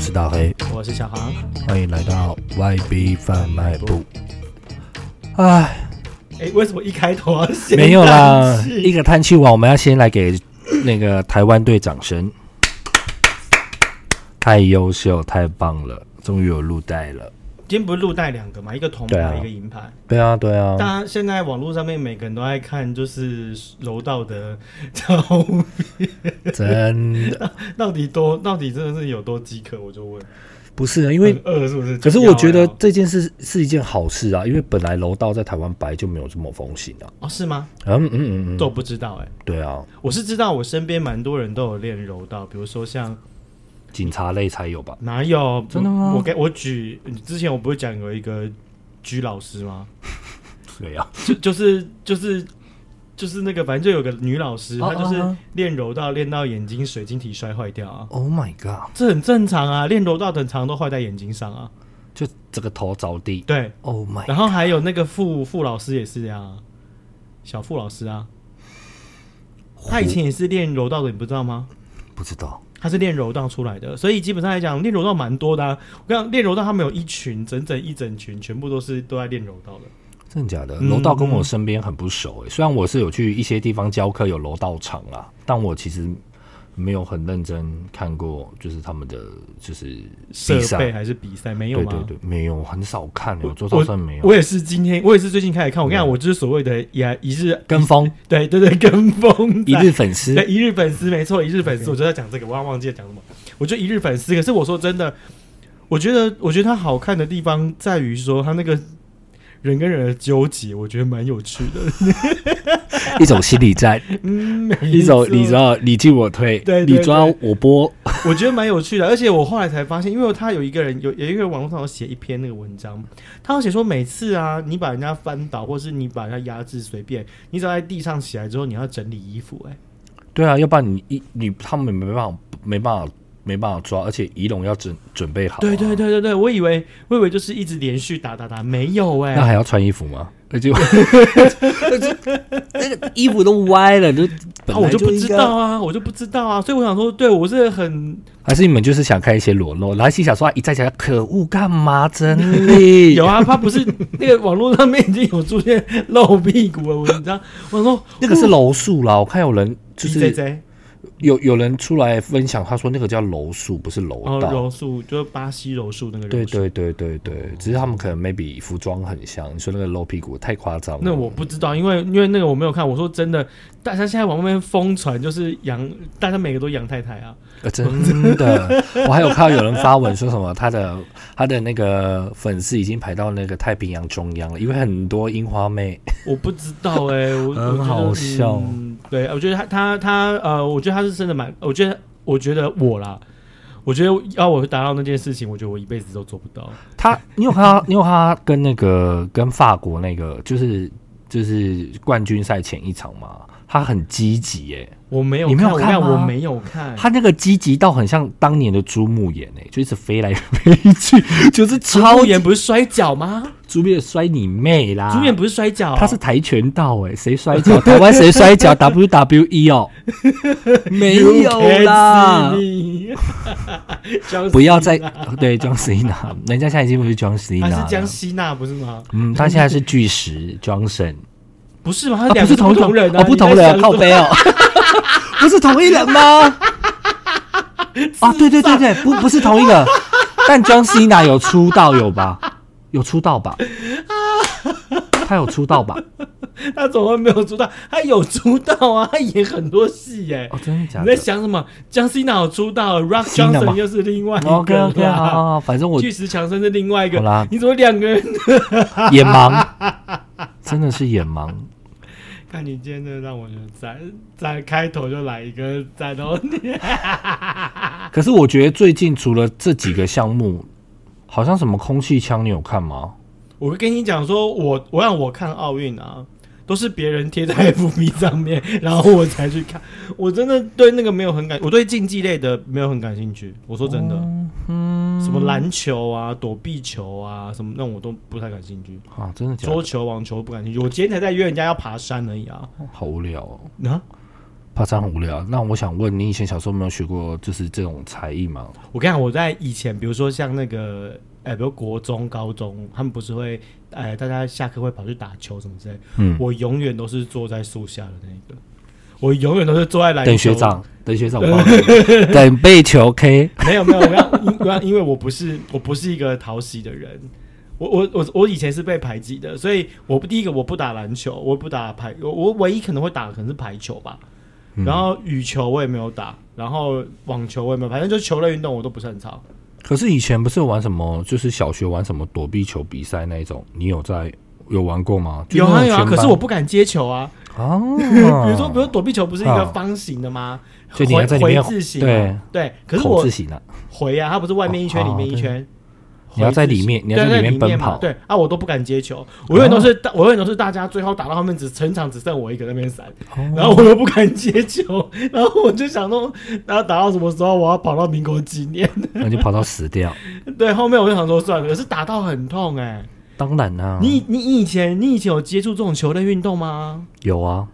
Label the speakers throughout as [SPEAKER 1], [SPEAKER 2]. [SPEAKER 1] 是大黑，
[SPEAKER 2] 我是小航。
[SPEAKER 1] 欢迎来到 YB 贩卖部。哎，
[SPEAKER 2] 哎，为什么一开头要先
[SPEAKER 1] 没有啦
[SPEAKER 2] 叹，气
[SPEAKER 1] 一个叹气完，我们要先来给那个台湾队掌声。太优秀，太棒了，终于有录带了。
[SPEAKER 2] 今天不是录带两个嘛，一个铜
[SPEAKER 1] 对啊
[SPEAKER 2] 牌，一个银牌。
[SPEAKER 1] 对啊，对
[SPEAKER 2] 大
[SPEAKER 1] 啊，
[SPEAKER 2] 家现在网络上面每个人都爱看，就是柔道的 照片，
[SPEAKER 1] 真的
[SPEAKER 2] 到底多，到底真的是有多饥渴？我就问，
[SPEAKER 1] 不是啊，因 为
[SPEAKER 2] 很饿是不是？
[SPEAKER 1] 可是
[SPEAKER 2] 就要
[SPEAKER 1] 我觉得
[SPEAKER 2] 了
[SPEAKER 1] 这件事是一件好事啊，因为本来柔道在台湾白就没有这么风行啊。
[SPEAKER 2] 哦，是吗？
[SPEAKER 1] 嗯嗯嗯
[SPEAKER 2] 这我
[SPEAKER 1] 嗯，
[SPEAKER 2] 不知道哎、
[SPEAKER 1] 对啊，
[SPEAKER 2] 我是知道我身边蛮多人都有练柔道，比如说像
[SPEAKER 1] 警察类才有吧？
[SPEAKER 2] 哪有
[SPEAKER 1] 真的吗
[SPEAKER 2] 我我给我举之前我不是讲有一个居老师吗？
[SPEAKER 1] 对啊，
[SPEAKER 2] 就就是就是就是那个，反正就有个女老师，
[SPEAKER 1] 哦
[SPEAKER 2] 她就是
[SPEAKER 1] 哦哦
[SPEAKER 2] 练柔道练到眼睛水晶体摔坏掉啊，
[SPEAKER 1] Oh my god！
[SPEAKER 2] 这很正常啊，练柔道的很常都坏在眼睛上啊。
[SPEAKER 1] 就这个头着地。
[SPEAKER 2] 对，
[SPEAKER 1] Oh my！
[SPEAKER 2] 然后还有那个傅傅老师也是这样啊，小傅老师啊，他以前也是练柔道的，你不知道吗？
[SPEAKER 1] 不知道，
[SPEAKER 2] 他是练柔道出来的，所以基本上来讲，练柔道蛮多的、啊。我跟你讲，练柔道他们有一群，整整一整群，全部都是都在练柔道的。
[SPEAKER 1] 真的假的？
[SPEAKER 2] 嗯
[SPEAKER 1] 柔道跟我身边很不熟诶、欸虽然我是有去一些地方教课，有柔道场啊，但我其实没有很认真看过，就是他们的就是
[SPEAKER 2] 设
[SPEAKER 1] 比
[SPEAKER 2] 备
[SPEAKER 1] 赛。
[SPEAKER 2] 还是比赛没有
[SPEAKER 1] 对
[SPEAKER 2] 吗？
[SPEAKER 1] 对对，没有，很少看、欸，
[SPEAKER 2] 我
[SPEAKER 1] 我做到真没有
[SPEAKER 2] 我。也是今天，我也是最近开始看。我跟你讲，我就是所谓的也一日，
[SPEAKER 1] 跟风
[SPEAKER 2] 对对对，跟风
[SPEAKER 1] 一
[SPEAKER 2] 仔
[SPEAKER 1] 日粉丝
[SPEAKER 2] 对一日粉丝，没错，一日粉丝。我就在讲这个，我要忘记了讲什么。我就一日粉丝，可是我说真的，我觉得我觉得它好看的地方在于说它那个人跟人的纠结，我觉得蛮有趣 的。
[SPEAKER 1] 一种心理 战，
[SPEAKER 2] 嗯，没
[SPEAKER 1] 一种
[SPEAKER 2] 错
[SPEAKER 1] 你知道你进我退，
[SPEAKER 2] 对对
[SPEAKER 1] 你抓
[SPEAKER 2] 对
[SPEAKER 1] 我拨，
[SPEAKER 2] 我觉得蛮有趣的，而且我后来才发现，因为他有一个人有有一个人网络上有写一篇那个文章，他有写说每次啊，你把人家翻倒，或是你把人家压制，随便，你只要在地上起来之后，你要整理衣服、哎，
[SPEAKER 1] 对啊，要不然你一你他们没办法没办法没办法抓，而且仪容要准准备好、啊，
[SPEAKER 2] 对对对对对，我以为我以为就是一直连续打打打，没有哎、
[SPEAKER 1] 那还要穿衣服吗？那就 那个衣服都歪了，就本来
[SPEAKER 2] 啊，我就不
[SPEAKER 1] 应
[SPEAKER 2] 知
[SPEAKER 1] 该
[SPEAKER 2] 道，啊，我就不知道啊，所以我想说，对我 是很
[SPEAKER 1] 还是你们就是想看一些裸露，然后心想说一再想，可恶，干嘛整理？
[SPEAKER 2] 有啊，他不是那个网络上面已经有出现露屁股的文章，我想说
[SPEAKER 1] 那个是楼数啦，我看有人就
[SPEAKER 2] B J
[SPEAKER 1] 是
[SPEAKER 2] J
[SPEAKER 1] 有有人出来分享，他说那个叫楼数，不是
[SPEAKER 2] 然后
[SPEAKER 1] 楼道。
[SPEAKER 2] 哦柔术就是巴西柔术那个柔
[SPEAKER 1] 对
[SPEAKER 2] 术，
[SPEAKER 1] 对对对对，只是他们可能 maybe 服装很像，你说那个露屁股太夸张了。
[SPEAKER 2] 那我不知道，因为因为那个我没有看。我说真的，大家现在往外面疯传，就是杨，大家每个都杨太太啊，
[SPEAKER 1] 呃真的， 我还有看到有人发文说什么，他的他的那个粉丝已经排到那个太平洋中央了，因为很多樱花妹
[SPEAKER 2] 我不知道哎、 我
[SPEAKER 1] 很好笑
[SPEAKER 2] 我觉得嗯对，我觉得他他他呃，我觉得他是真的蛮，我觉得我觉得我啦，我觉得要我达到那件事情，我觉得我一辈子都做不到。
[SPEAKER 1] 他，你有看他，你有看他跟那个跟法国那个，就是就是冠军赛前一场吗？他很积极耶，
[SPEAKER 2] 我没有
[SPEAKER 1] 你
[SPEAKER 2] 看，
[SPEAKER 1] 没有
[SPEAKER 2] 我
[SPEAKER 1] 看
[SPEAKER 2] 看
[SPEAKER 1] 吗
[SPEAKER 2] 我没有看，
[SPEAKER 1] 他那个积极到很像当年的朱木炎哎，就一直飞来飞去， 就是超
[SPEAKER 2] 朱颜不是摔跤吗？
[SPEAKER 1] 朱木炎摔你妹啦！
[SPEAKER 2] 朱颜不是摔跤、
[SPEAKER 1] 他是台拳道哎，谁摔 跤？台湾谁摔跤？WWE 哦，没有啦
[SPEAKER 2] You can。see me 江
[SPEAKER 1] 不要
[SPEAKER 2] 西
[SPEAKER 1] 再对江 c e n 人家现在已经不是江 c e
[SPEAKER 2] 他
[SPEAKER 1] n
[SPEAKER 2] 是江西娜不是吗？
[SPEAKER 1] 嗯，他现在是巨石 Johnson。
[SPEAKER 2] 不是吗？他
[SPEAKER 1] 啊
[SPEAKER 2] 两
[SPEAKER 1] 不
[SPEAKER 2] 个
[SPEAKER 1] 是同
[SPEAKER 2] 同人啊，
[SPEAKER 1] 哦，不同
[SPEAKER 2] 你在想
[SPEAKER 1] 人，
[SPEAKER 2] 什
[SPEAKER 1] 靠
[SPEAKER 2] 么
[SPEAKER 1] 背哦， 不是同一人 吗？啊，对对对对，不不是同一个，但 John Cena 有出道有吧？有出道 吧？他有出道吧？
[SPEAKER 2] 他怎么会没有出道？他有出道啊，他演很多戏耶、
[SPEAKER 1] 哦，真的假
[SPEAKER 2] 你在
[SPEAKER 1] 的
[SPEAKER 2] 想什么？江西娜有出道，Rock
[SPEAKER 1] Cena 吗
[SPEAKER 2] Johnson 又是另外一个啊
[SPEAKER 1] ？OK OK，
[SPEAKER 2] 啦
[SPEAKER 1] 好好，好哦反正我
[SPEAKER 2] 巨石强森是另外一个
[SPEAKER 1] 好啦。
[SPEAKER 2] 你怎么两个人？
[SPEAKER 1] 眼盲，真的是眼盲。
[SPEAKER 2] 看你今天真的让我觉得在在开头就来一个哦在头，
[SPEAKER 1] 可是我觉得最近除了这几个项目，好像什么空气枪，你有看吗？
[SPEAKER 2] 我跟你讲说，我我让我看奥运啊。都是别人贴在 FB 上面， 然后我才去看。我真的对那个没有很感，我对竞技类的没有很感兴趣。我说真的，
[SPEAKER 1] 嗯，
[SPEAKER 2] 什么篮球啊、躲避球啊，什么那种我都不太感兴趣。
[SPEAKER 1] 啊，真的假的？
[SPEAKER 2] 桌球、网球不感兴趣。我今天才在约人家要爬山而已啊。
[SPEAKER 1] 好无聊哦。
[SPEAKER 2] 啊，
[SPEAKER 1] 怕这样很无聊。那我想问你，以前小时候没有学过就是这种才艺吗？
[SPEAKER 2] 我跟你讲，我在以前，比如说像那个，呃，比如国中、高中，他们不是会，呃，大家下课会跑去打球什么之类。
[SPEAKER 1] 嗯，
[SPEAKER 2] 我永远都是坐在树下的那一个，我永远都是坐在篮球。
[SPEAKER 1] 等学，长，等学长，我帮你等被球 K。
[SPEAKER 2] 没有没有，我要因我要因为我不是我不是一个讨喜的人。我我我我以前是被排挤的，所以我不第一个我不打篮球，我不打排，我我唯一可能会打的可能是排球吧，
[SPEAKER 1] 嗯
[SPEAKER 2] 然后羽球我也没有打，然后网球我也没有，反正就球类运动我都不是很超。
[SPEAKER 1] 可是以前不是有玩什么，就是小学玩什么躲避球比赛那一种，你有在有玩过吗？就
[SPEAKER 2] 有啊
[SPEAKER 1] 那种
[SPEAKER 2] 有啊，
[SPEAKER 1] 全
[SPEAKER 2] 可
[SPEAKER 1] 班
[SPEAKER 2] 是我不敢接球啊。
[SPEAKER 1] 啊，
[SPEAKER 2] 比如说，比如躲避球不是一个方形的吗？
[SPEAKER 1] 嗯就你要在里
[SPEAKER 2] 回
[SPEAKER 1] 面
[SPEAKER 2] 回字形
[SPEAKER 1] 对
[SPEAKER 2] 嘛，对。可是
[SPEAKER 1] 口
[SPEAKER 2] 我
[SPEAKER 1] 字形啊，
[SPEAKER 2] 回啊，它不是外面一圈，
[SPEAKER 1] 哦
[SPEAKER 2] 里面
[SPEAKER 1] 哦
[SPEAKER 2] 一圈。
[SPEAKER 1] 你要在
[SPEAKER 2] 回字
[SPEAKER 1] 里
[SPEAKER 2] 形
[SPEAKER 1] 面，你
[SPEAKER 2] 对
[SPEAKER 1] 要在
[SPEAKER 2] 在
[SPEAKER 1] 里面奔
[SPEAKER 2] 嘛
[SPEAKER 1] 跑。哦
[SPEAKER 2] 对啊，我都不敢接球，我永远都是大，我永远都是大家最后打到后面只全场只剩我一个在那边闪，
[SPEAKER 1] 哦
[SPEAKER 2] 然后我又不敢接球，然后我就想说，然后打到什么时候我要跑到民国几年？
[SPEAKER 1] 那就跑到死掉。
[SPEAKER 2] 对，后面我就想说算了，可是打到很痛哎。
[SPEAKER 1] 当然啊啦、
[SPEAKER 2] 你你以前你以前有接触这种球类运动吗？
[SPEAKER 1] 有啊。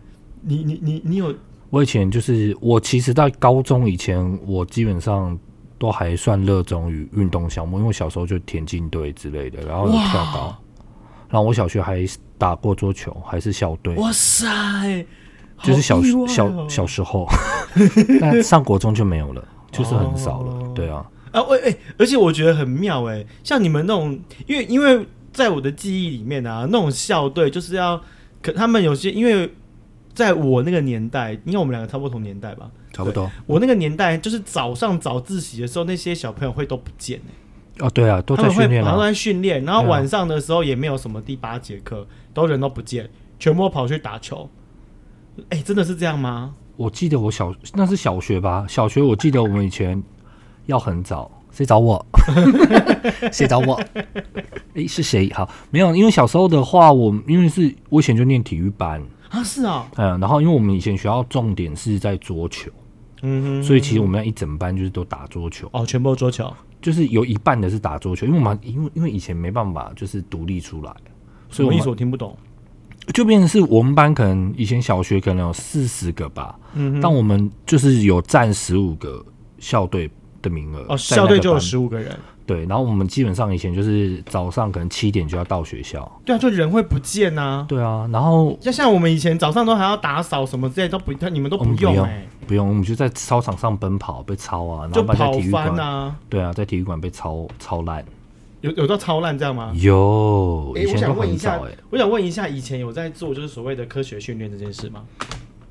[SPEAKER 2] 你你你你有
[SPEAKER 1] 我以前就是我，其实，在高中以前，我基本上都还算热衷于运动项目，因为我小时候就田径队之类的，然后有
[SPEAKER 2] 哇
[SPEAKER 1] 跳高，然后我小学还打过桌球，还是校队，
[SPEAKER 2] 哇塞，好
[SPEAKER 1] 就是小
[SPEAKER 2] 意外哦
[SPEAKER 1] 小小时候。那上国中就没有了，就是很少了。
[SPEAKER 2] 哦
[SPEAKER 1] 对啊，
[SPEAKER 2] 啊！喂、哎、而且我觉得很妙哎、像你们那种，因为因为在我的记忆里面啊，那种校队就是要，可他们有些因为在我那个年代，因为我们两个差不多同年代吧，
[SPEAKER 1] 差不多。
[SPEAKER 2] 我那个年代就是早上早自习的时候，那些小朋友会都不见、欸
[SPEAKER 1] 哦，对啊，都
[SPEAKER 2] 他
[SPEAKER 1] 在
[SPEAKER 2] 们会
[SPEAKER 1] 训练
[SPEAKER 2] 然后
[SPEAKER 1] 啊。
[SPEAKER 2] 在训练，然后
[SPEAKER 1] 对啊
[SPEAKER 2] 晚上的时候也没有什么第八节课，都人都不见，全部都跑去打球。哎、真的是这样吗？
[SPEAKER 1] 我记得我小那是小学吧，小学我记得我们以前要很早，谁找我？ 谁找我？诶，是谁？好，没有，因为小时候的话，我因为是我以前就念体育班，
[SPEAKER 2] 啊，是啊、
[SPEAKER 1] 嗯，然后因为我们以前学校重点是在桌球，
[SPEAKER 2] 嗯哼，
[SPEAKER 1] 所以其实我们一整班就是都打桌球，
[SPEAKER 2] 哦，全部都桌球，
[SPEAKER 1] 就是有一半的是打桌球，因为我们因为因为以前没办法就是独立出来，
[SPEAKER 2] 什
[SPEAKER 1] 所以
[SPEAKER 2] 么
[SPEAKER 1] 我
[SPEAKER 2] 意
[SPEAKER 1] 们
[SPEAKER 2] 思？我听不懂。
[SPEAKER 1] 就变成是我们班可能以前小学可能有四十个吧，
[SPEAKER 2] 嗯哼
[SPEAKER 1] 但我们就是有占十五个校队的名额，在
[SPEAKER 2] 哦，校
[SPEAKER 1] 那
[SPEAKER 2] 队
[SPEAKER 1] 个
[SPEAKER 2] 就有
[SPEAKER 1] 班
[SPEAKER 2] 十五个人，
[SPEAKER 1] 对，然后我们基本上以前就是早上可能七点就要到学校，
[SPEAKER 2] 对啊，就人会不见呐、啊。
[SPEAKER 1] 对啊，然后
[SPEAKER 2] 就像我们以前早上都还要打扫什么之类，都不，你们都
[SPEAKER 1] 我们不
[SPEAKER 2] 用
[SPEAKER 1] 用
[SPEAKER 2] 哎、
[SPEAKER 1] 不用，我们就在操场上奔跑被抄啊，然后
[SPEAKER 2] 就
[SPEAKER 1] 不然在
[SPEAKER 2] 跑
[SPEAKER 1] 体育
[SPEAKER 2] 翻
[SPEAKER 1] 馆，
[SPEAKER 2] 啊，
[SPEAKER 1] 对啊，在体育馆被抄抄烂，
[SPEAKER 2] 有有到超烂这样吗？
[SPEAKER 1] 有
[SPEAKER 2] 哎、
[SPEAKER 1] 以
[SPEAKER 2] 我
[SPEAKER 1] 前都
[SPEAKER 2] 想问
[SPEAKER 1] 很
[SPEAKER 2] 一下
[SPEAKER 1] 早哎、欸，
[SPEAKER 2] 我想问一下，以前有在做就是所谓的科学训练这件事吗？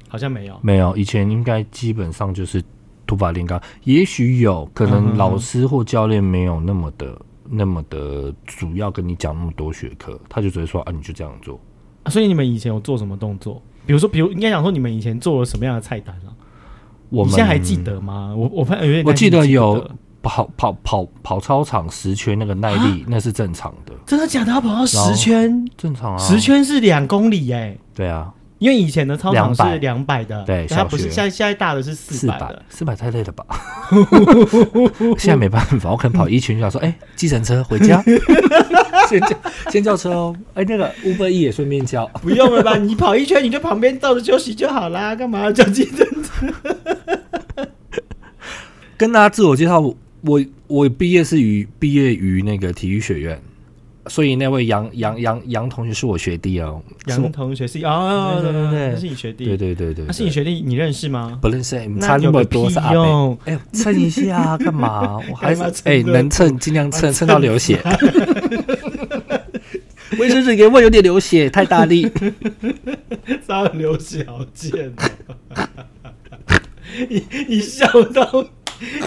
[SPEAKER 2] 好像没有。
[SPEAKER 1] 没有，以前应该基本上就是土法炼钢，也许有可
[SPEAKER 2] 嗯哼
[SPEAKER 1] 能老师或教练没有那么的。嗯那么的主要跟你讲那么多学科，他就直接说啊，你就这样做。
[SPEAKER 2] 啊所以你们以前有做什么动作？比如说，比如应该讲说你们以前做了什么样的菜单啊？
[SPEAKER 1] 我们
[SPEAKER 2] 你现在还记得吗？我我怕有点
[SPEAKER 1] 我
[SPEAKER 2] 担心
[SPEAKER 1] 记
[SPEAKER 2] 你
[SPEAKER 1] 得
[SPEAKER 2] 不
[SPEAKER 1] 有跑跑跑跑操场十圈那个耐力，那是正常的，
[SPEAKER 2] 真的假的？要跑到
[SPEAKER 1] 然
[SPEAKER 2] 十
[SPEAKER 1] 后
[SPEAKER 2] 圈，
[SPEAKER 1] 正常啊。
[SPEAKER 2] 十圈是两公里哎、
[SPEAKER 1] 对啊，
[SPEAKER 2] 因为以前的操场是
[SPEAKER 1] 200
[SPEAKER 2] 两百的，
[SPEAKER 1] 对
[SPEAKER 2] 它
[SPEAKER 1] 小
[SPEAKER 2] 不是
[SPEAKER 1] 学
[SPEAKER 2] 现在现在大的是
[SPEAKER 1] 四
[SPEAKER 2] 四百
[SPEAKER 1] 百
[SPEAKER 2] 的，
[SPEAKER 1] 四百太累了 吧？现在没办法，我可能跑一圈就想说，哎、计程车回 家，先叫先叫车哦。哎、那个 Uber E 也顺便叫。
[SPEAKER 2] 不用了吧？你跑一圈你就旁边照着休息就好啦， 干嘛要叫 计程？
[SPEAKER 1] 跟大家自我介绍，我我毕业是于毕业于那个体育学院，所以那位杨杨杨杨同学是我学弟哦。是我
[SPEAKER 2] 杨同学是哦，
[SPEAKER 1] 对对对对
[SPEAKER 2] 那是你学弟，
[SPEAKER 1] 对对对对
[SPEAKER 2] 那是你
[SPEAKER 1] 对
[SPEAKER 2] 学弟，你认 识吗？
[SPEAKER 1] 不认识，哎
[SPEAKER 2] 那
[SPEAKER 1] 差那
[SPEAKER 2] 有
[SPEAKER 1] 么
[SPEAKER 2] 个
[SPEAKER 1] 多
[SPEAKER 2] 屁
[SPEAKER 1] 是阿北。
[SPEAKER 2] 用，
[SPEAKER 1] 哎、蹭一下啊， 干嘛？我还是
[SPEAKER 2] 干嘛蹭
[SPEAKER 1] 哎、
[SPEAKER 2] 热
[SPEAKER 1] 能蹭尽量 蹭，蹭到流血。卫生纸给我有点流血，太大 力。
[SPEAKER 2] 杀人流血好贱、 哦！你你笑到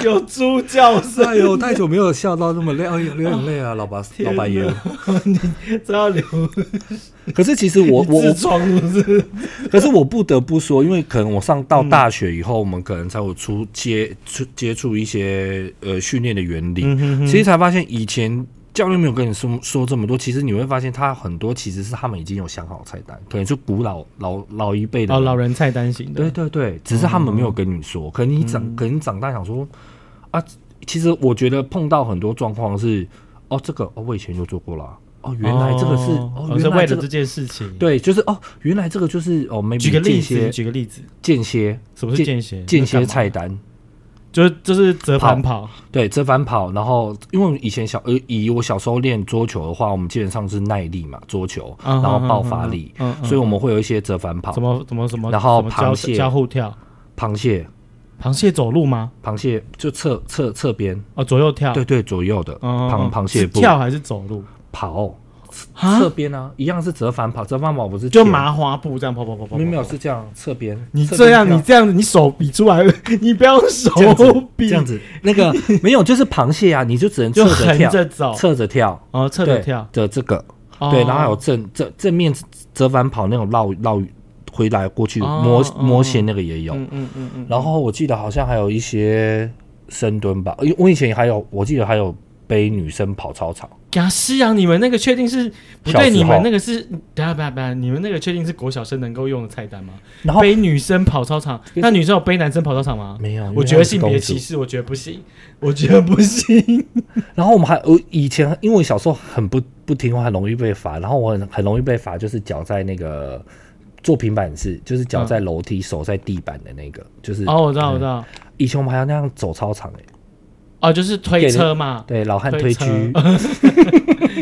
[SPEAKER 2] 有猪叫声，
[SPEAKER 1] 哎呦，太久没有笑到那么累，哎呦，流眼泪啊，老 白
[SPEAKER 2] 天哪！你这要流
[SPEAKER 1] 可是其实我我
[SPEAKER 2] 痔疮是不是？
[SPEAKER 1] 可是我不得不说，因为可能我上到
[SPEAKER 2] 嗯
[SPEAKER 1] 大学以后，我们可能才有出接出接触一些呃训练的原理，
[SPEAKER 2] 嗯
[SPEAKER 1] 其实才发现以前。教练没有跟你说说这么多，其实你会发现他很多其实是他们已经有想好菜单，可能是古老老老一辈的
[SPEAKER 2] 哦，
[SPEAKER 1] 人
[SPEAKER 2] 老人嗯菜单型
[SPEAKER 1] 对对
[SPEAKER 2] 的，
[SPEAKER 1] 对，只是他们没有跟你说，可能你长，可能你长大想说啊，其实我觉得碰到很多状况是，哦，这个哦，我以前就做过了啊，哦，原来这个是哦，
[SPEAKER 2] 是
[SPEAKER 1] 原来
[SPEAKER 2] 为了
[SPEAKER 1] 这
[SPEAKER 2] 这
[SPEAKER 1] 个
[SPEAKER 2] 件事情。，
[SPEAKER 1] 对，就是哦，原来这个就是哦，maybe
[SPEAKER 2] 举个
[SPEAKER 1] 间
[SPEAKER 2] 例子，
[SPEAKER 1] 歇
[SPEAKER 2] 举个例子，
[SPEAKER 1] 间歇
[SPEAKER 2] 什么是间歇？
[SPEAKER 1] 间歇
[SPEAKER 2] 那干嘛
[SPEAKER 1] 菜单，
[SPEAKER 2] 就是就是折返跑，
[SPEAKER 1] 对，折返跑，然后因为我们以前小呃，以我小时候练桌球的话，我们基本上是耐力嘛，桌球，
[SPEAKER 2] 嗯
[SPEAKER 1] 然后爆发力，，
[SPEAKER 2] 嗯嗯嗯嗯
[SPEAKER 1] 所以我们会有一些折返跑
[SPEAKER 2] 怎，么怎么什么，
[SPEAKER 1] 然后
[SPEAKER 2] 什么交
[SPEAKER 1] 螃蟹
[SPEAKER 2] 交互跳，
[SPEAKER 1] 螃蟹，
[SPEAKER 2] 螃蟹走路吗？
[SPEAKER 1] 螃蟹就侧侧侧边，
[SPEAKER 2] 哦，左右跳，
[SPEAKER 1] 对对，左右的
[SPEAKER 2] 嗯，
[SPEAKER 1] 螃
[SPEAKER 2] 嗯，
[SPEAKER 1] 螃蟹
[SPEAKER 2] 是
[SPEAKER 1] 步
[SPEAKER 2] 跳还是走路？
[SPEAKER 1] 跑，
[SPEAKER 2] 啊
[SPEAKER 1] 侧边啊，一样是折返跑，折返跑不是
[SPEAKER 2] 就
[SPEAKER 1] 前，
[SPEAKER 2] 麻花步这样跑跑跑跑，
[SPEAKER 1] 没有没有
[SPEAKER 2] 跑
[SPEAKER 1] 是这样侧边，
[SPEAKER 2] 你
[SPEAKER 1] 侧
[SPEAKER 2] 这
[SPEAKER 1] 边
[SPEAKER 2] 样，
[SPEAKER 1] 跳
[SPEAKER 2] 你这样子，你手比出来，你不要用手
[SPEAKER 1] 这样子
[SPEAKER 2] 比，
[SPEAKER 1] 这样子，那个没有就是螃蟹啊，你就只能
[SPEAKER 2] 就
[SPEAKER 1] 侧着
[SPEAKER 2] 横
[SPEAKER 1] 跳，
[SPEAKER 2] 着走，
[SPEAKER 1] 侧着跳，
[SPEAKER 2] 哦，侧着
[SPEAKER 1] 对
[SPEAKER 2] 跳，
[SPEAKER 1] 的这个。
[SPEAKER 2] 哦
[SPEAKER 1] 对，然后还有正正正面折返跑那种绕绕回来过去
[SPEAKER 2] 哦
[SPEAKER 1] 摸
[SPEAKER 2] 哦
[SPEAKER 1] 摸线那个也有。
[SPEAKER 2] 嗯嗯嗯嗯，
[SPEAKER 1] 然后我记得好像还有一些深蹲吧，因为我以前还有，我记得还有背女生跑操场，
[SPEAKER 2] 呀，西洋，你们那个确定是不
[SPEAKER 1] 小时
[SPEAKER 2] 对？
[SPEAKER 1] 候
[SPEAKER 2] 你们那个是等一下等一下等一下，你们那个确定是国小生能够用的菜单吗？
[SPEAKER 1] 然后
[SPEAKER 2] 背女生跑操场，那女生有背男生跑操场吗？
[SPEAKER 1] 没有，因为
[SPEAKER 2] 我觉
[SPEAKER 1] 她
[SPEAKER 2] 得
[SPEAKER 1] 们
[SPEAKER 2] 性
[SPEAKER 1] 是
[SPEAKER 2] 别
[SPEAKER 1] 公
[SPEAKER 2] 歧
[SPEAKER 1] 主。
[SPEAKER 2] 视，我觉得不行，我觉得不行。
[SPEAKER 1] 然后我们还我以前因为我小时候很不不听话，很容易被罚，然后我很很容易被罚，就是脚在那个。做平板式就是脚在楼梯、手在地板的那个，就是
[SPEAKER 2] 嗯哦，我知道，我知道，
[SPEAKER 1] 以前我们还要那样走操场哎、
[SPEAKER 2] 哦，就是推车嘛，
[SPEAKER 1] 对，老汉
[SPEAKER 2] 推
[SPEAKER 1] 推
[SPEAKER 2] 车
[SPEAKER 1] 车，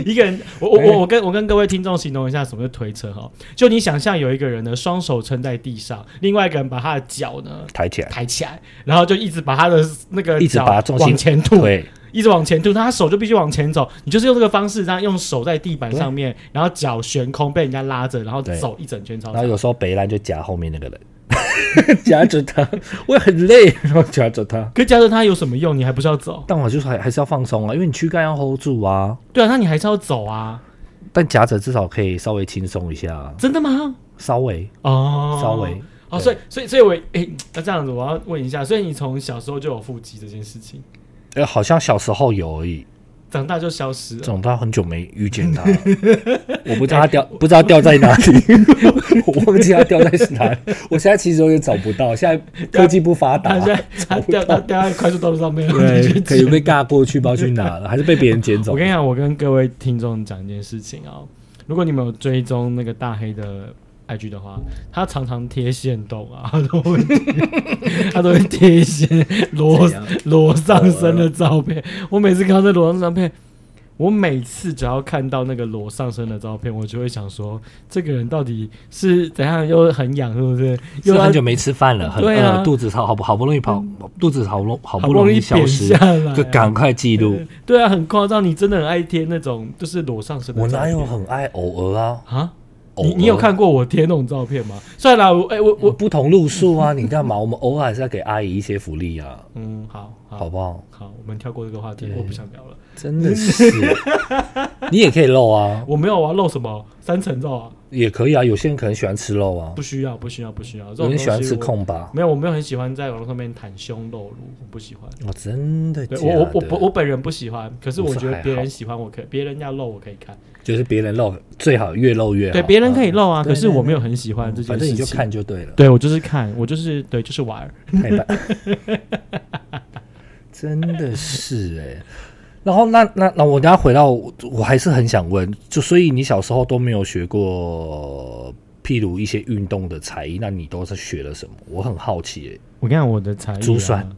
[SPEAKER 2] 一个人，我
[SPEAKER 1] 哎
[SPEAKER 2] 我我我跟我跟各位听众形容一下什么是推车哈，就你想象有一个人呢，双手撑在地上，另外一个人把他的脚呢
[SPEAKER 1] 抬起来，
[SPEAKER 2] 抬起来，然后就一直把他的那个
[SPEAKER 1] 一直
[SPEAKER 2] 脚
[SPEAKER 1] 把它重心
[SPEAKER 2] 往前吐，
[SPEAKER 1] 对，
[SPEAKER 2] 一直往前吐，他手就必须往前走，你就是用这个方式，让用手在地板上面，然后脚悬空被人家拉着，然后
[SPEAKER 1] 对
[SPEAKER 2] 走一整圈操
[SPEAKER 1] 然后
[SPEAKER 2] 场。
[SPEAKER 1] 有时候北兰就夹后面那个人， 夹着他，我很累，然后夹着他。
[SPEAKER 2] 可加着他有什么用？你还不是要走？
[SPEAKER 1] 但我就是还还是要放松啊，因为你躯干要 hold 住啊。
[SPEAKER 2] 对啊，那你还是要走啊？
[SPEAKER 1] 但夹着至少可以稍微轻松一下，
[SPEAKER 2] 真的吗？
[SPEAKER 1] 稍微
[SPEAKER 2] 哦，
[SPEAKER 1] 稍微。
[SPEAKER 2] 哦，
[SPEAKER 1] 对
[SPEAKER 2] 所以所以所以我诶、那这样子我要问一下，所以你从小时候就有腹肌这件事情，
[SPEAKER 1] 呃，好像小时候有而已，
[SPEAKER 2] 长大就消失了。
[SPEAKER 1] 长大很久没遇见他 了，我不知
[SPEAKER 2] 哎
[SPEAKER 1] 道他掉，不知道掉在哪里，我忘记他掉在哪里。我现在其实有点找不到，现在科技不发达
[SPEAKER 2] 他， 现在 他掉他掉在快速道路上面，
[SPEAKER 1] 对，可以被尬过去，不知道去哪了，还是被别人捡走
[SPEAKER 2] 我。跟你讲，我跟各位听众讲一件事情啊、如果你们有追踪那个大黑的 IG 的话，他常常贴线动啊， 他都会贴他都会贴一些裸
[SPEAKER 1] 怎样
[SPEAKER 2] 裸上身的照片。我每次看到这裸上身照片，我每次只要看到那个裸上身的照片，我就会想说，这个人到底是怎样又很痒，是 不是？
[SPEAKER 1] 因
[SPEAKER 2] 又
[SPEAKER 1] 为
[SPEAKER 2] 要
[SPEAKER 1] 很久没吃饭了，很
[SPEAKER 2] 啊对啊嗯
[SPEAKER 1] 饿，肚子好好不好不容易跑，肚子好容好
[SPEAKER 2] 好
[SPEAKER 1] 不
[SPEAKER 2] 不
[SPEAKER 1] 容
[SPEAKER 2] 容
[SPEAKER 1] 易
[SPEAKER 2] 易
[SPEAKER 1] 消
[SPEAKER 2] 扁
[SPEAKER 1] 失
[SPEAKER 2] 下，来、啊
[SPEAKER 1] 就赶快记录。
[SPEAKER 2] 对啊，很夸张，你真的很爱贴那种就是裸上身的
[SPEAKER 1] 我
[SPEAKER 2] 照
[SPEAKER 1] 哪
[SPEAKER 2] 片。
[SPEAKER 1] 有很爱偶尔啊？
[SPEAKER 2] 啊？
[SPEAKER 1] 偶
[SPEAKER 2] 你
[SPEAKER 1] 尔
[SPEAKER 2] 你有看过我贴那种照片吗？算了，我哎、我
[SPEAKER 1] 我
[SPEAKER 2] 我
[SPEAKER 1] 不同路数 啊？你干嘛？我们偶尔还是要给阿姨一些福利啊，
[SPEAKER 2] 嗯，好好
[SPEAKER 1] 好
[SPEAKER 2] 好
[SPEAKER 1] 不好？
[SPEAKER 2] 我们跳过这个话题，我不想聊了。
[SPEAKER 1] 真的是， 你也可以露啊，
[SPEAKER 2] 我没有啊，露什么三层肉啊？
[SPEAKER 1] 也可以啊。有些人可能喜欢吃肉啊
[SPEAKER 2] 不，需要，不需要，不需要。这
[SPEAKER 1] 有
[SPEAKER 2] 种
[SPEAKER 1] 人
[SPEAKER 2] 东
[SPEAKER 1] 喜欢
[SPEAKER 2] 西
[SPEAKER 1] 吃
[SPEAKER 2] 我
[SPEAKER 1] 空吧。
[SPEAKER 2] 没有，我没有很喜欢在网络上面袒胸露乳，我不喜欢。
[SPEAKER 1] 哦，真的
[SPEAKER 2] 对
[SPEAKER 1] 假
[SPEAKER 2] 我我我
[SPEAKER 1] 的？
[SPEAKER 2] 本我本人不喜欢，可是
[SPEAKER 1] 我
[SPEAKER 2] 我
[SPEAKER 1] 是
[SPEAKER 2] 觉
[SPEAKER 1] 还
[SPEAKER 2] 得别人
[SPEAKER 1] 好
[SPEAKER 2] 喜欢我可以，别人要露我可以看，
[SPEAKER 1] 就是别人露最好越露越好。
[SPEAKER 2] 对，别人可以露啊，
[SPEAKER 1] 对
[SPEAKER 2] 可是
[SPEAKER 1] 嗯对
[SPEAKER 2] 我
[SPEAKER 1] 对
[SPEAKER 2] 没有很喜欢这
[SPEAKER 1] 反
[SPEAKER 2] 件
[SPEAKER 1] 正
[SPEAKER 2] 事
[SPEAKER 1] 你就
[SPEAKER 2] 情。
[SPEAKER 1] 看就对了。
[SPEAKER 2] 对我就是看，我就是对，就是玩儿。
[SPEAKER 1] 太棒，真的是哎、然后那那那我等下回到我，我还是很想问，就所以你小时候都没有学过，譬如一些运动的才艺，那你都是学了什么？我很好奇、欸，
[SPEAKER 2] 我跟你讲，我的才艺、啊，
[SPEAKER 1] 珠算，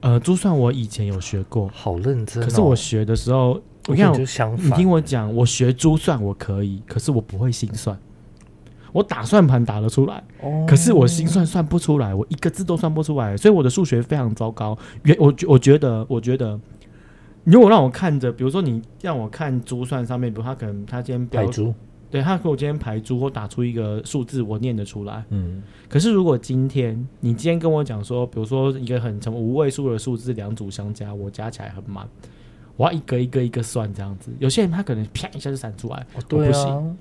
[SPEAKER 2] 呃，珠算我以前有学过，
[SPEAKER 1] 好认真、哦。
[SPEAKER 2] 可是我学的时候，我
[SPEAKER 1] 我
[SPEAKER 2] 跟你
[SPEAKER 1] 跟你
[SPEAKER 2] 讲
[SPEAKER 1] 就，相
[SPEAKER 2] 你
[SPEAKER 1] 反，欸
[SPEAKER 2] 听我讲，我学珠算我可以，可是我不会心算。我打算盘打得出来，
[SPEAKER 1] 哦
[SPEAKER 2] 可是我心算算不出来，我一个字都算不出来，所以我的数学非常糟糕。原我觉我觉得，我觉得，如果让我看着，比如说你让我看珠算上面，比如他可能他今天
[SPEAKER 1] 海
[SPEAKER 2] 标，
[SPEAKER 1] 珠，
[SPEAKER 2] 对他给我今天排珠或打出一个数字，我念得出来。
[SPEAKER 1] 嗯，
[SPEAKER 2] 可是如果今天你今天跟我讲说，比如说一个很什么五位数的数字，两组相加，我加起来很满，我要一个一个一个算这样子。有些人他可能啪一下就闪出来，
[SPEAKER 1] 哦对
[SPEAKER 2] 我不
[SPEAKER 1] 啊
[SPEAKER 2] 行，，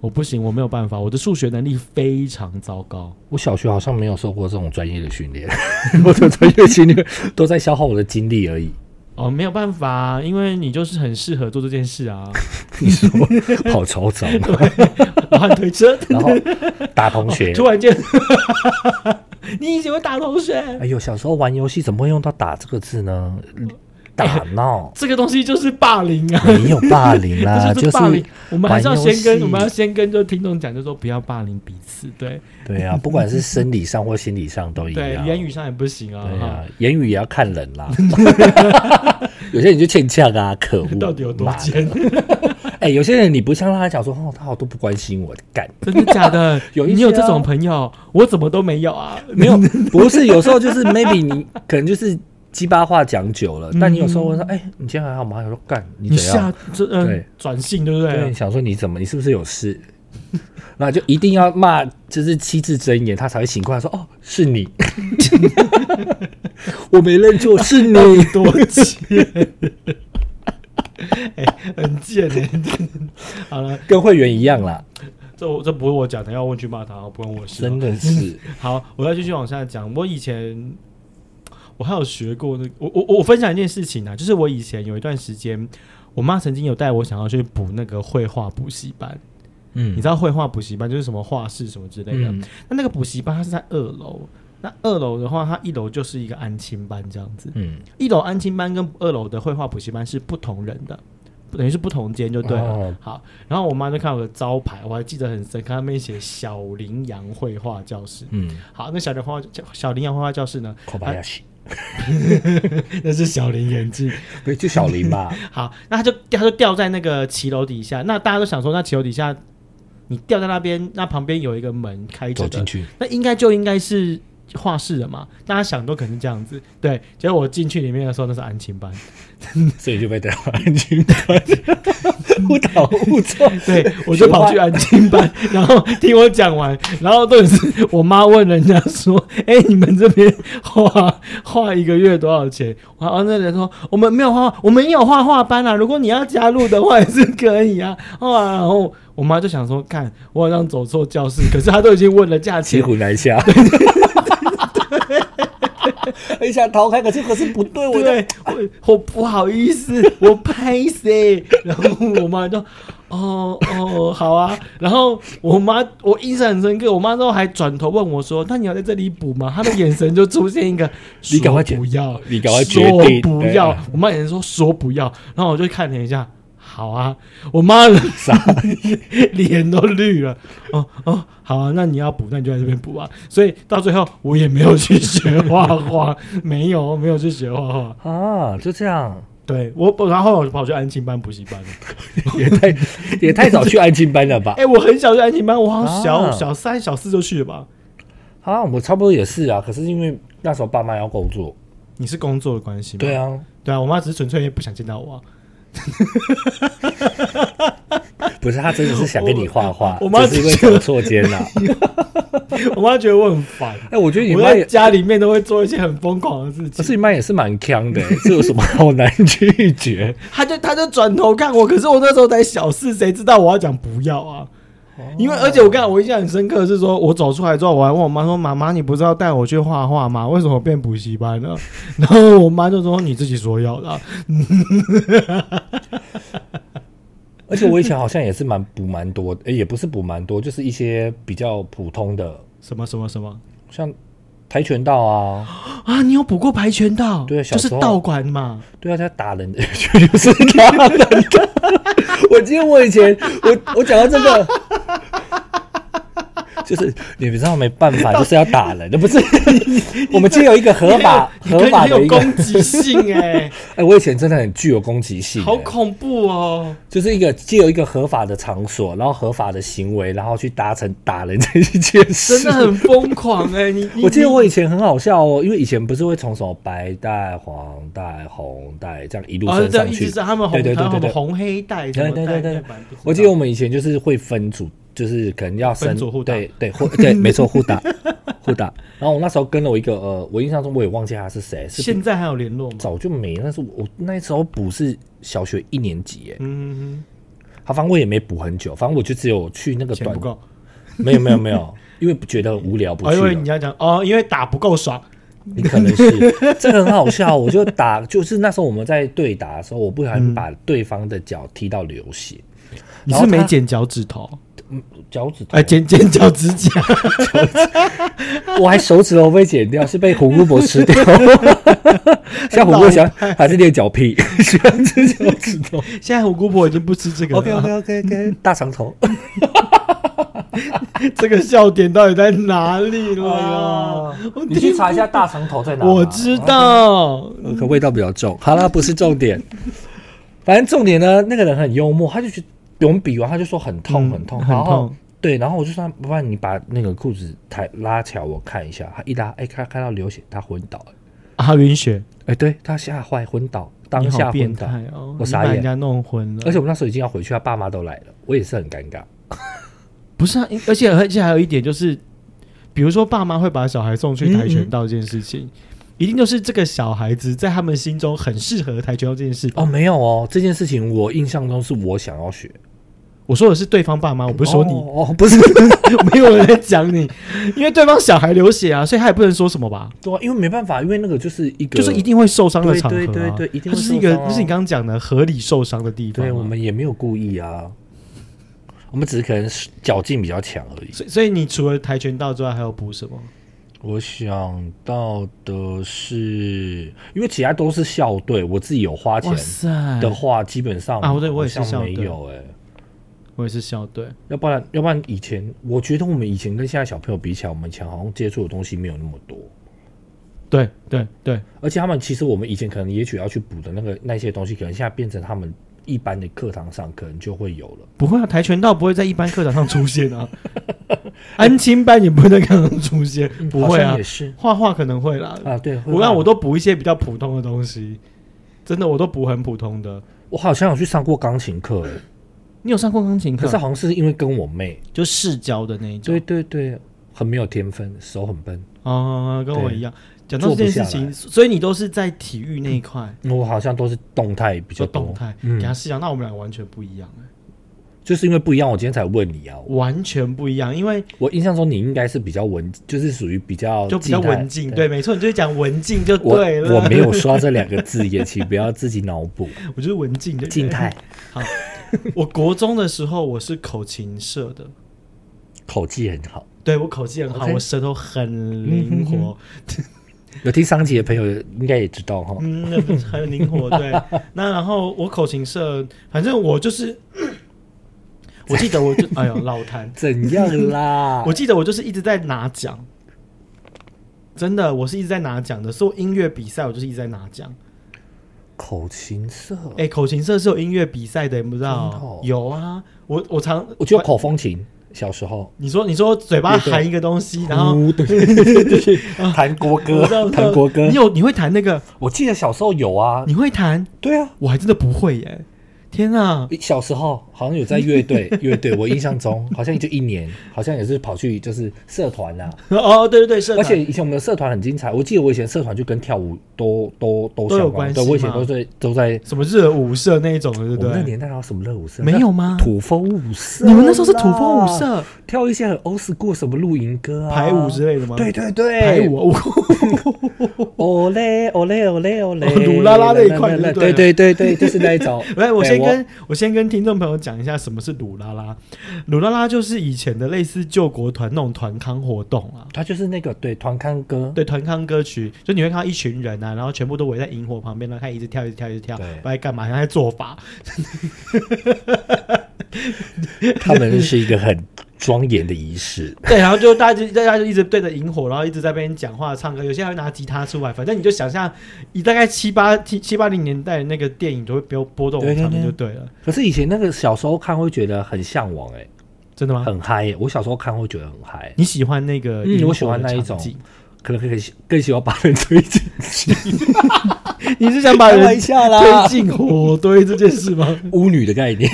[SPEAKER 2] 我不行，我没有办法，我的数学能力非常糟糕。
[SPEAKER 1] 我小学好像没有受过这种专业的训练，我的专业训练都在消耗我的精力而已。
[SPEAKER 2] 哦，没有办法、因为你就是很适合做这件事啊，
[SPEAKER 1] 你说好嘈杂吗？
[SPEAKER 2] 然后你推车，
[SPEAKER 1] 然后打同学，
[SPEAKER 2] 突然间，你以前会打同学，，
[SPEAKER 1] 哎呦，小时候玩游戏怎么会用到“打”这个字呢？打闹
[SPEAKER 2] 这个东西就是霸凌啊，
[SPEAKER 1] 没有霸凌啦， 啊就
[SPEAKER 2] 这就
[SPEAKER 1] 是
[SPEAKER 2] 霸凌
[SPEAKER 1] 是。
[SPEAKER 2] 我们还是要先
[SPEAKER 1] 玩游
[SPEAKER 2] 跟
[SPEAKER 1] 戏
[SPEAKER 2] 我们要先跟就听众讲，就说不要霸凌彼此，对
[SPEAKER 1] 对啊，不管是生理上或心理上都一
[SPEAKER 2] 对，
[SPEAKER 1] 样。
[SPEAKER 2] 言语上也不行啊，
[SPEAKER 1] 对
[SPEAKER 2] 哈、
[SPEAKER 1] 啊，言语也要看人 啦。 有些人就欠呛啊，可恶！
[SPEAKER 2] 到底有多
[SPEAKER 1] 妈的
[SPEAKER 2] 尖？
[SPEAKER 1] 哎、有些人你不像他讲说，哦，他好多不关心我，干
[SPEAKER 2] 真的假的？
[SPEAKER 1] 有一些啊
[SPEAKER 2] 你有这种朋友，我怎么都没有 啊？
[SPEAKER 1] 没有，不是有时候就是 maybe 你可能就是鸡巴话讲久了，但你有时候问说，哎、你今天还好吗？有时候干你
[SPEAKER 2] 嗯你
[SPEAKER 1] 怎样
[SPEAKER 2] 下？这嗯
[SPEAKER 1] 对
[SPEAKER 2] 转性对不
[SPEAKER 1] 对，啊
[SPEAKER 2] 对？
[SPEAKER 1] 想说你怎么，你是不是有事？ 那就一定要骂，就是七字真言，他才会醒过来说，哦，是你， 我没认错，是你。
[SPEAKER 2] 多贱！哎、很贱 哎、好了，
[SPEAKER 1] 跟会员一样啦，
[SPEAKER 2] 这我这不是我讲的，要问去骂他，不关我事。
[SPEAKER 1] 真的是，啊
[SPEAKER 2] 好，我要继续往下讲。我以前我还有学过那个，我我我分享一件事情啊，就是我以前有一段时间，我妈曾经有带我想要去补那个绘画补习班。
[SPEAKER 1] 嗯
[SPEAKER 2] 你知道绘画补习班就是什么画室什么之类的。那那个补习班它是在二楼，那二楼的话，它一楼就是一个安亲班这样子。
[SPEAKER 1] 嗯，
[SPEAKER 2] 一楼安亲班跟二楼的绘画补习班是不同人的，等于是不同间就对了。
[SPEAKER 1] 哦
[SPEAKER 2] 好，然后我妈就看到有个招牌，我还记得很深刻，上面写“小羚羊绘画教室”。
[SPEAKER 1] 嗯，
[SPEAKER 2] 好，那小羚画小羚羊绘画教室呢？
[SPEAKER 1] 口巴亚 西，
[SPEAKER 2] 那是小羚眼镜。
[SPEAKER 1] 不是就小林吧？
[SPEAKER 2] 好，那他就他就掉在那个骑楼底下。那大家都想说，那骑楼底下你掉在那边，那旁边有一个门开着
[SPEAKER 1] 走
[SPEAKER 2] 的
[SPEAKER 1] 进，去，
[SPEAKER 2] 那应该就应该是画室的嘛。大家想都可能这样子。对，结果我进去里面的时候，那是安亲班。
[SPEAKER 1] 所以就被带到安全班，误打误撞。
[SPEAKER 2] 对，我就跑去安亲班，然后听我讲完，然后都是我妈问人家说：“哎、你们这边画画一个月多少钱？”然后那人说：“我们没有画，我们也有画画班啊，如果你要加入的话也是可以啊。”哇，然后我妈就想说：“看，我好像走错教室，可是她都已经问了价
[SPEAKER 1] 骑
[SPEAKER 2] 钱。”
[SPEAKER 1] 虎难 下。很想逃开，可是可是不对，我就
[SPEAKER 2] 对，我我不好意思， 我拍谁？然后我妈就，哦哦，好啊。然后我妈，我印象很深刻，我妈都还转头问我说：“那你要在这里补吗？”她的眼神就出现一个，
[SPEAKER 1] 你赶快
[SPEAKER 2] 说
[SPEAKER 1] 决
[SPEAKER 2] 不要，
[SPEAKER 1] 你赶快决
[SPEAKER 2] 说
[SPEAKER 1] 定
[SPEAKER 2] 不
[SPEAKER 1] 对
[SPEAKER 2] 要
[SPEAKER 1] 啊。
[SPEAKER 2] 我妈眼神说说不要，然后我就看了一下，好啊，我妈的
[SPEAKER 1] 傻
[SPEAKER 2] 脸都绿了。哦哦，好啊，那你要补，那你就在这边补啊。所以到最后，我也没有去学画画， 没有没有去学画画。
[SPEAKER 1] 啊，就这样，
[SPEAKER 2] 对我，我然后我就跑去安亲班补习班了。
[SPEAKER 1] 也太也太早去安静班了吧
[SPEAKER 2] 哎、？我很小就安亲班，我好像小、
[SPEAKER 1] 啊
[SPEAKER 2] 小三、小四就去了吧？
[SPEAKER 1] 啊，我差不多也是啊，可是因为那时候爸妈要工作，
[SPEAKER 2] 你是工作的关系吗？
[SPEAKER 1] 对，啊，
[SPEAKER 2] 对啊，我妈只是纯粹也不想见到我啊、
[SPEAKER 1] 不是他真的是想跟你画画，
[SPEAKER 2] 我我妈
[SPEAKER 1] 就是因为走错间了。
[SPEAKER 2] 我妈觉得我很烦，
[SPEAKER 1] 哎，我觉得你
[SPEAKER 2] 我
[SPEAKER 1] 妈
[SPEAKER 2] 在
[SPEAKER 1] 也，
[SPEAKER 2] 家里面都会做一些很疯狂的事
[SPEAKER 1] 可
[SPEAKER 2] 情。
[SPEAKER 1] 是你妈也是蛮强 的，这有什么好难拒绝？
[SPEAKER 2] 她就她就转头看我，可是我那时候才小四，谁知道我要讲不要啊？ 因为而
[SPEAKER 1] 哦
[SPEAKER 2] 且我刚才我印象很深刻的是说，我走出来之后，我还问我妈说：“妈妈，你不是要带我去画画吗？为什么变补习班了？” 然后我妈就说：“你自己说要的啊、
[SPEAKER 1] 而且我以前好像也是蛮补蛮多的，诶也不是补蛮多，就是一些比较普通的，
[SPEAKER 2] 什么什么什么。”
[SPEAKER 1] 像跆拳道啊，
[SPEAKER 2] 啊，你有补过跆拳道？
[SPEAKER 1] 对
[SPEAKER 2] 就
[SPEAKER 1] 小
[SPEAKER 2] 是
[SPEAKER 1] 时候
[SPEAKER 2] 道馆嘛。
[SPEAKER 1] 对啊，他打人的 就是打人的。 我记得我以前我我讲到这个，就是你知道没办法，就是要打人，那不是 我们今天有一个合法
[SPEAKER 2] 你很有
[SPEAKER 1] 合法
[SPEAKER 2] 你很
[SPEAKER 1] 的
[SPEAKER 2] 有
[SPEAKER 1] 一个，
[SPEAKER 2] 攻击 性哎、
[SPEAKER 1] 哎、我以前真的很具有攻击性、
[SPEAKER 2] 好
[SPEAKER 1] 诶
[SPEAKER 2] 恐怖哦！
[SPEAKER 1] 就是一个既有一个合法的场所，然后合法的行为，然后去达成打人这一件事，
[SPEAKER 2] 真的很疯狂哎、你你
[SPEAKER 1] 我记得
[SPEAKER 2] 你
[SPEAKER 1] 我以前很好笑哦，因为以前不是会从什么白带、黄带、红带这样一路
[SPEAKER 2] 哦，
[SPEAKER 1] 升
[SPEAKER 2] 对，
[SPEAKER 1] 上
[SPEAKER 2] 一
[SPEAKER 1] 去。
[SPEAKER 2] 直是他们红，
[SPEAKER 1] 对对
[SPEAKER 2] 他
[SPEAKER 1] 对
[SPEAKER 2] 们
[SPEAKER 1] 对对。
[SPEAKER 2] 红黑带什
[SPEAKER 1] 对
[SPEAKER 2] 么
[SPEAKER 1] 对
[SPEAKER 2] 带
[SPEAKER 1] 对对
[SPEAKER 2] 带板不知道
[SPEAKER 1] 我记得我们以前就是会分组，就是可能要升
[SPEAKER 2] 分组互打
[SPEAKER 1] 对对互 对，没错互打 互打。然后我那时候跟了我一个呃，我印象中我也忘记他是谁，是
[SPEAKER 2] 现在还有联络吗？
[SPEAKER 1] 早就没，但是我我那时候补是小学一年级，哎，
[SPEAKER 2] 嗯，
[SPEAKER 1] 他反正我也没补很久，反正我就只有去那个
[SPEAKER 2] 钱
[SPEAKER 1] 短
[SPEAKER 2] 不，够，
[SPEAKER 1] 没有没有没 有，因为觉得无聊不
[SPEAKER 2] 哦，
[SPEAKER 1] 去
[SPEAKER 2] 因
[SPEAKER 1] 了
[SPEAKER 2] 为。你要讲哦，因为打不够爽，
[SPEAKER 1] 你可能 是这个很好笑，我就打，就是那时候我们在对
[SPEAKER 2] 嗯
[SPEAKER 1] 打的时候，我不小心把对方的脚踢到流血，
[SPEAKER 2] 你
[SPEAKER 1] 然
[SPEAKER 2] 是
[SPEAKER 1] 后
[SPEAKER 2] 没
[SPEAKER 1] 他
[SPEAKER 2] 剪脚趾头，
[SPEAKER 1] 嗯脚趾头
[SPEAKER 2] 哎，，剪剪脚趾 甲，
[SPEAKER 1] 我还手指头被剪掉，是被胡姑婆吃 掉。像胡姑想还是练脚 屁，喜欢吃脚趾头。
[SPEAKER 2] 现在我姑婆已经不吃这个了。
[SPEAKER 1] OK OK OK OK，大 长头。
[SPEAKER 2] 哎这个笑点到底在哪里了？我
[SPEAKER 1] 哎你去查一下大长头在哪？呃
[SPEAKER 2] 我知，道，
[SPEAKER 1] 可味道比较重。好啦，不是重点，反正重点呢，那个人很幽默，他就去我们比完，他就说很痛
[SPEAKER 2] 嗯
[SPEAKER 1] 很痛，
[SPEAKER 2] 很
[SPEAKER 1] 然后
[SPEAKER 2] 痛
[SPEAKER 1] 对，然后我就说，不然你把那个裤子抬拉起来，我看一下。他一拉，哎，看看到流血，他昏倒了。
[SPEAKER 2] 阿云雪，
[SPEAKER 1] 哎，对他吓坏昏倒，当
[SPEAKER 2] 你
[SPEAKER 1] 下
[SPEAKER 2] 好
[SPEAKER 1] 昏
[SPEAKER 2] 变
[SPEAKER 1] 倒。
[SPEAKER 2] 态哦！
[SPEAKER 1] 我
[SPEAKER 2] 你
[SPEAKER 1] 傻
[SPEAKER 2] 把
[SPEAKER 1] 眼
[SPEAKER 2] 人家弄昏了，
[SPEAKER 1] 而且我们那时候已经要回去，他爸妈都来了，我也是很尴尬。
[SPEAKER 2] 不是啊，因而且而且还有一点就是，比如说爸妈会把小孩送
[SPEAKER 1] 嗯
[SPEAKER 2] 去跆拳道这件事情，一定就是这个小孩子在他们心中很适合跆拳道这件事吧。
[SPEAKER 1] 哦，没有哦，这件事情我印象中是我想要学，
[SPEAKER 2] 我说的是对方爸妈，我不
[SPEAKER 1] 不
[SPEAKER 2] 是说你，
[SPEAKER 1] 哦，不是，
[SPEAKER 2] 没有人在讲你，因为对方小孩流血啊，所以他也不能说什么吧，
[SPEAKER 1] 对啊，因为没办法，因为那个就是一个，
[SPEAKER 2] 就是一定会受伤的
[SPEAKER 1] 对
[SPEAKER 2] 场合、啊，
[SPEAKER 1] 对对对一定
[SPEAKER 2] 他
[SPEAKER 1] 会
[SPEAKER 2] 就是一
[SPEAKER 1] 受
[SPEAKER 2] 个，
[SPEAKER 1] 伤啊
[SPEAKER 2] 就是你刚刚讲的合理受伤的地方啊、
[SPEAKER 1] 对我们也没有故意啊，我们只是可能是脚劲比较强而已。
[SPEAKER 2] 所以，所以你除了跆拳道之外，还有补什么？
[SPEAKER 1] 我想到的是，因为其他都是校队，我自己有花钱
[SPEAKER 2] 塞！
[SPEAKER 1] 的话，基本上
[SPEAKER 2] 啊对我也是
[SPEAKER 1] 好像
[SPEAKER 2] 校
[SPEAKER 1] 没
[SPEAKER 2] 队
[SPEAKER 1] 有哎、
[SPEAKER 2] 我也是校队，
[SPEAKER 1] 要不然，要不然以前，我觉得我们以前跟现在小朋友比起来，我们以前好像接触的东西没有那么多。
[SPEAKER 2] 对对对，
[SPEAKER 1] 而且他们其实我们以前可能也许要去补的那个那些东西，可能现在变成他们一般的课堂上可能就会有了。
[SPEAKER 2] 不会啊，跆拳道不会在一般课堂上出现 啊，安亲班也不会在课堂上出现，
[SPEAKER 1] 嗯
[SPEAKER 2] 不会
[SPEAKER 1] 好
[SPEAKER 2] 啊
[SPEAKER 1] 像也，是
[SPEAKER 2] 画画可能会啦。
[SPEAKER 1] 啊，对。
[SPEAKER 2] 我让我都补一些比较普通的东西，真的我都补很普通的。
[SPEAKER 1] 我好像有去上过钢琴课，欸
[SPEAKER 2] 嗯你有上过钢琴
[SPEAKER 1] 可
[SPEAKER 2] 课
[SPEAKER 1] 是？好啊像是因为跟我妹，
[SPEAKER 2] 就市教的那一
[SPEAKER 1] 对
[SPEAKER 2] 种
[SPEAKER 1] 对对，很没有天分，手很笨。
[SPEAKER 2] 啊，跟我
[SPEAKER 1] 对
[SPEAKER 2] 一样。讲到这件事
[SPEAKER 1] 坐不下
[SPEAKER 2] 情，
[SPEAKER 1] 来
[SPEAKER 2] 所以你都是在体育那一块
[SPEAKER 1] 我好像都是动态比较
[SPEAKER 2] 做
[SPEAKER 1] 多，
[SPEAKER 2] 嗯动态，
[SPEAKER 1] 嗯
[SPEAKER 2] 给他试讲，那我们两个完全不一样，
[SPEAKER 1] 就是因为不一样。我今天才问你啊，
[SPEAKER 2] 完全不一样，因为
[SPEAKER 1] 我印象中你应该是比较文，就是属于比较
[SPEAKER 2] 就比较
[SPEAKER 1] 哦静态
[SPEAKER 2] 文静，。对，没错，你就是讲文静就
[SPEAKER 1] 我
[SPEAKER 2] 对了。
[SPEAKER 1] 我没有 说这两个字，也请不要自己脑 补。
[SPEAKER 2] 我就是文静的人
[SPEAKER 1] 静态。
[SPEAKER 2] 我国中的时候我是口琴社的，
[SPEAKER 1] 口技很好，
[SPEAKER 2] 对我口技很好
[SPEAKER 1] OK
[SPEAKER 2] 我舌头很灵活，
[SPEAKER 1] 有听上集的朋友应该也知道哈。
[SPEAKER 2] 嗯，那不是很灵活。 对，那然后我口琴社，反正我就是， 我记得我 就哎呦老痰，
[SPEAKER 1] 怎样啦？
[SPEAKER 2] 我记得我就是一直在拿奖，真的，我是一直在拿奖的。所以我音乐比赛我就是一直在拿奖。
[SPEAKER 1] 口琴社，
[SPEAKER 2] 哎、口琴社是有音乐比赛的，你不知
[SPEAKER 1] 嗯
[SPEAKER 2] 道？
[SPEAKER 1] 真的哦
[SPEAKER 2] 有啊，我我常
[SPEAKER 1] 我只有口风琴，小时候，
[SPEAKER 2] 你说你说嘴巴
[SPEAKER 1] 对对
[SPEAKER 2] 含一个东西，然后
[SPEAKER 1] 呜 对对对对 弹国
[SPEAKER 2] 我知道
[SPEAKER 1] 歌，
[SPEAKER 2] 我知道
[SPEAKER 1] 弹国歌
[SPEAKER 2] 你。有你会弹那个？
[SPEAKER 1] 我记得小时候有啊，
[SPEAKER 2] 你会弹？
[SPEAKER 1] 对啊，
[SPEAKER 2] 我还真的不会耶！天啊，
[SPEAKER 1] 小时候好像有在乐队，乐 队我印象中好像就一年，好像也是跑去就是社团啦、
[SPEAKER 2] 哦，对对对，社
[SPEAKER 1] 而
[SPEAKER 2] 团
[SPEAKER 1] 且以前我们的社团很精彩，我记得我以前社团就跟跳舞都都都
[SPEAKER 2] 都有
[SPEAKER 1] 相关，
[SPEAKER 2] 关系
[SPEAKER 1] 对我以前
[SPEAKER 2] 嘛
[SPEAKER 1] 都在都在。
[SPEAKER 2] 什么热舞社那一种的，对
[SPEAKER 1] 我
[SPEAKER 2] 不
[SPEAKER 1] 们那
[SPEAKER 2] 对？
[SPEAKER 1] 年代还有什么热舞社？
[SPEAKER 2] 没有吗
[SPEAKER 1] 土风舞社啦，啊
[SPEAKER 2] 你们那时候是土风舞社、
[SPEAKER 1] 跳一些很 old school 什么露营歌啊、
[SPEAKER 2] 排舞之类的吗？
[SPEAKER 1] 对，对对，
[SPEAKER 2] 排舞啊，
[SPEAKER 1] 哦嘞哦嘞哦嘞哦嘞，
[SPEAKER 2] 哦鲁拉拉那一块就对
[SPEAKER 1] 对对
[SPEAKER 2] 了。
[SPEAKER 1] 对对，就是那一种
[SPEAKER 2] 来，我
[SPEAKER 1] 对
[SPEAKER 2] 先跟我先跟听众朋友讲一下什么是鲁拉拉。鲁拉拉就是以前的类似救国团那种团康活动啊。
[SPEAKER 1] 他就是那个对团康歌，
[SPEAKER 2] 对团康歌曲，就你会看到一群人啊，然后全部都围在萤火旁边，然后开始一直跳，一直跳，一直跳，不
[SPEAKER 1] 对
[SPEAKER 2] 知道在干嘛，像在做法。。
[SPEAKER 1] 他们是一个很庄严的仪式
[SPEAKER 2] 对，然后就大家就大家就一直对着萤火，然后一直在那边讲话、唱歌，有些还会拿吉他出来。反正你就想象，以大概七八七七八零年代的那个电影，就会播播动我们
[SPEAKER 1] 对对
[SPEAKER 2] 场面
[SPEAKER 1] 对
[SPEAKER 2] 就对了。
[SPEAKER 1] 可是以前那个小时候看会觉得很向往哎、
[SPEAKER 2] 真的吗？
[SPEAKER 1] 很嗨、欸。我小时候看会觉得很嗨，
[SPEAKER 2] 你喜欢那个
[SPEAKER 1] 嗯
[SPEAKER 2] 萤火的
[SPEAKER 1] 我喜欢那一种
[SPEAKER 2] 场景
[SPEAKER 1] 可能可以更喜欢把人推进去。
[SPEAKER 2] 你是想把
[SPEAKER 1] 开
[SPEAKER 2] 人
[SPEAKER 1] 玩笑啦
[SPEAKER 2] 推进火堆这件事 吗？
[SPEAKER 1] 巫女的概念，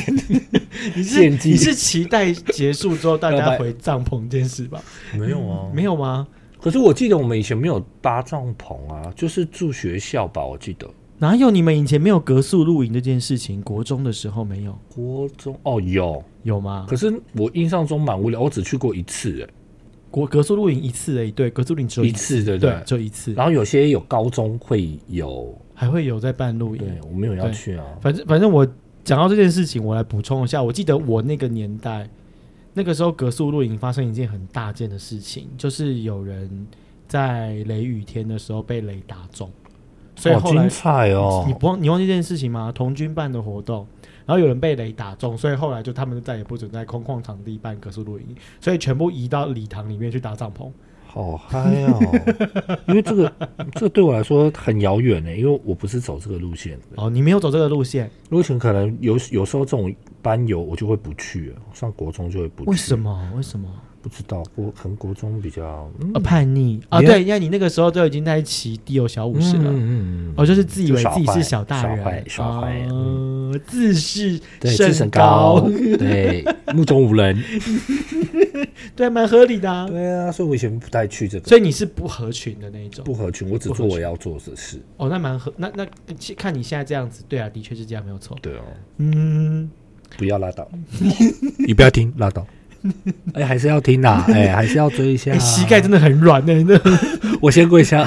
[SPEAKER 2] 你是
[SPEAKER 1] 献祭
[SPEAKER 2] 你是期待结束之后大
[SPEAKER 1] 要
[SPEAKER 2] 家
[SPEAKER 1] 把
[SPEAKER 2] 回帐篷这件事吧？
[SPEAKER 1] 没有啊
[SPEAKER 2] 没有吗？
[SPEAKER 1] 可是我记得我们以前没有搭帐篷啊，就是住学校吧，我记得。
[SPEAKER 2] 哪有你们以前没有格宿露营这件事情？国中的时候没有，
[SPEAKER 1] 国中哦有，
[SPEAKER 2] 有吗？
[SPEAKER 1] 可是我印象中蛮无聊，我只去过一次、欸，
[SPEAKER 2] 国格宿露营一次而已，对，格宿露营只有
[SPEAKER 1] 一次对不
[SPEAKER 2] 对
[SPEAKER 1] 对，？
[SPEAKER 2] 就一次，
[SPEAKER 1] 然后有些有高中会有，
[SPEAKER 2] 还会有在办露营
[SPEAKER 1] 对。我没有要
[SPEAKER 2] 对
[SPEAKER 1] 去啊。
[SPEAKER 2] 反正反正我讲到这件事情，我来补充一下。我记得我那个年代，那个时候格宿露营发生一件很大件的事情，就是有人在雷雨天的时候被雷打中，所以
[SPEAKER 1] 好
[SPEAKER 2] 后来
[SPEAKER 1] 精彩哦
[SPEAKER 2] 你！不忘你忘记这件事情吗？童军办的活动，然后有人被雷打中，所以后来就他们就再也不准在空旷场地办格式露营，所以全部移到礼堂里面去搭帐篷。
[SPEAKER 1] 好嗨哦！ 因为这个这个对我来说很遥远呢，因为我不是走这个路线的。
[SPEAKER 2] 哦，你没有走这个路线，
[SPEAKER 1] 路线可能有有时候这种班游我就会不去了，上国中就会不去。
[SPEAKER 2] 为什？么？为什么？
[SPEAKER 1] 不知道，我可能国中比较嗯
[SPEAKER 2] 啊，叛逆啊！
[SPEAKER 1] 你
[SPEAKER 2] 对，因为你那个时候就已经在骑 D O 小五十了。
[SPEAKER 1] 嗯
[SPEAKER 2] 哦，就是自以为
[SPEAKER 1] 就耍
[SPEAKER 2] 自己
[SPEAKER 1] 坏
[SPEAKER 2] 是小大人，
[SPEAKER 1] 耍坏耍坏嗯
[SPEAKER 2] 哦自视
[SPEAKER 1] 对，自身高， 对，目中无人。
[SPEAKER 2] 对，蛮合理的、啊。
[SPEAKER 1] 对啊，所以我以前不太去这个
[SPEAKER 2] 所以你是不合群的那一种。
[SPEAKER 1] 不合群，我只做我要做的事。
[SPEAKER 2] 哦，那蛮合，那那其看你现在这样子，对啊，的确是这样，没有错。
[SPEAKER 1] 对哦，
[SPEAKER 2] 嗯，
[SPEAKER 1] 不要拉倒， 你不要听拉倒。 哎、还是要听 啦，哎、还是要追一下、
[SPEAKER 2] 哎、膝盖，真的很软呢、 那个
[SPEAKER 1] 我先跪下，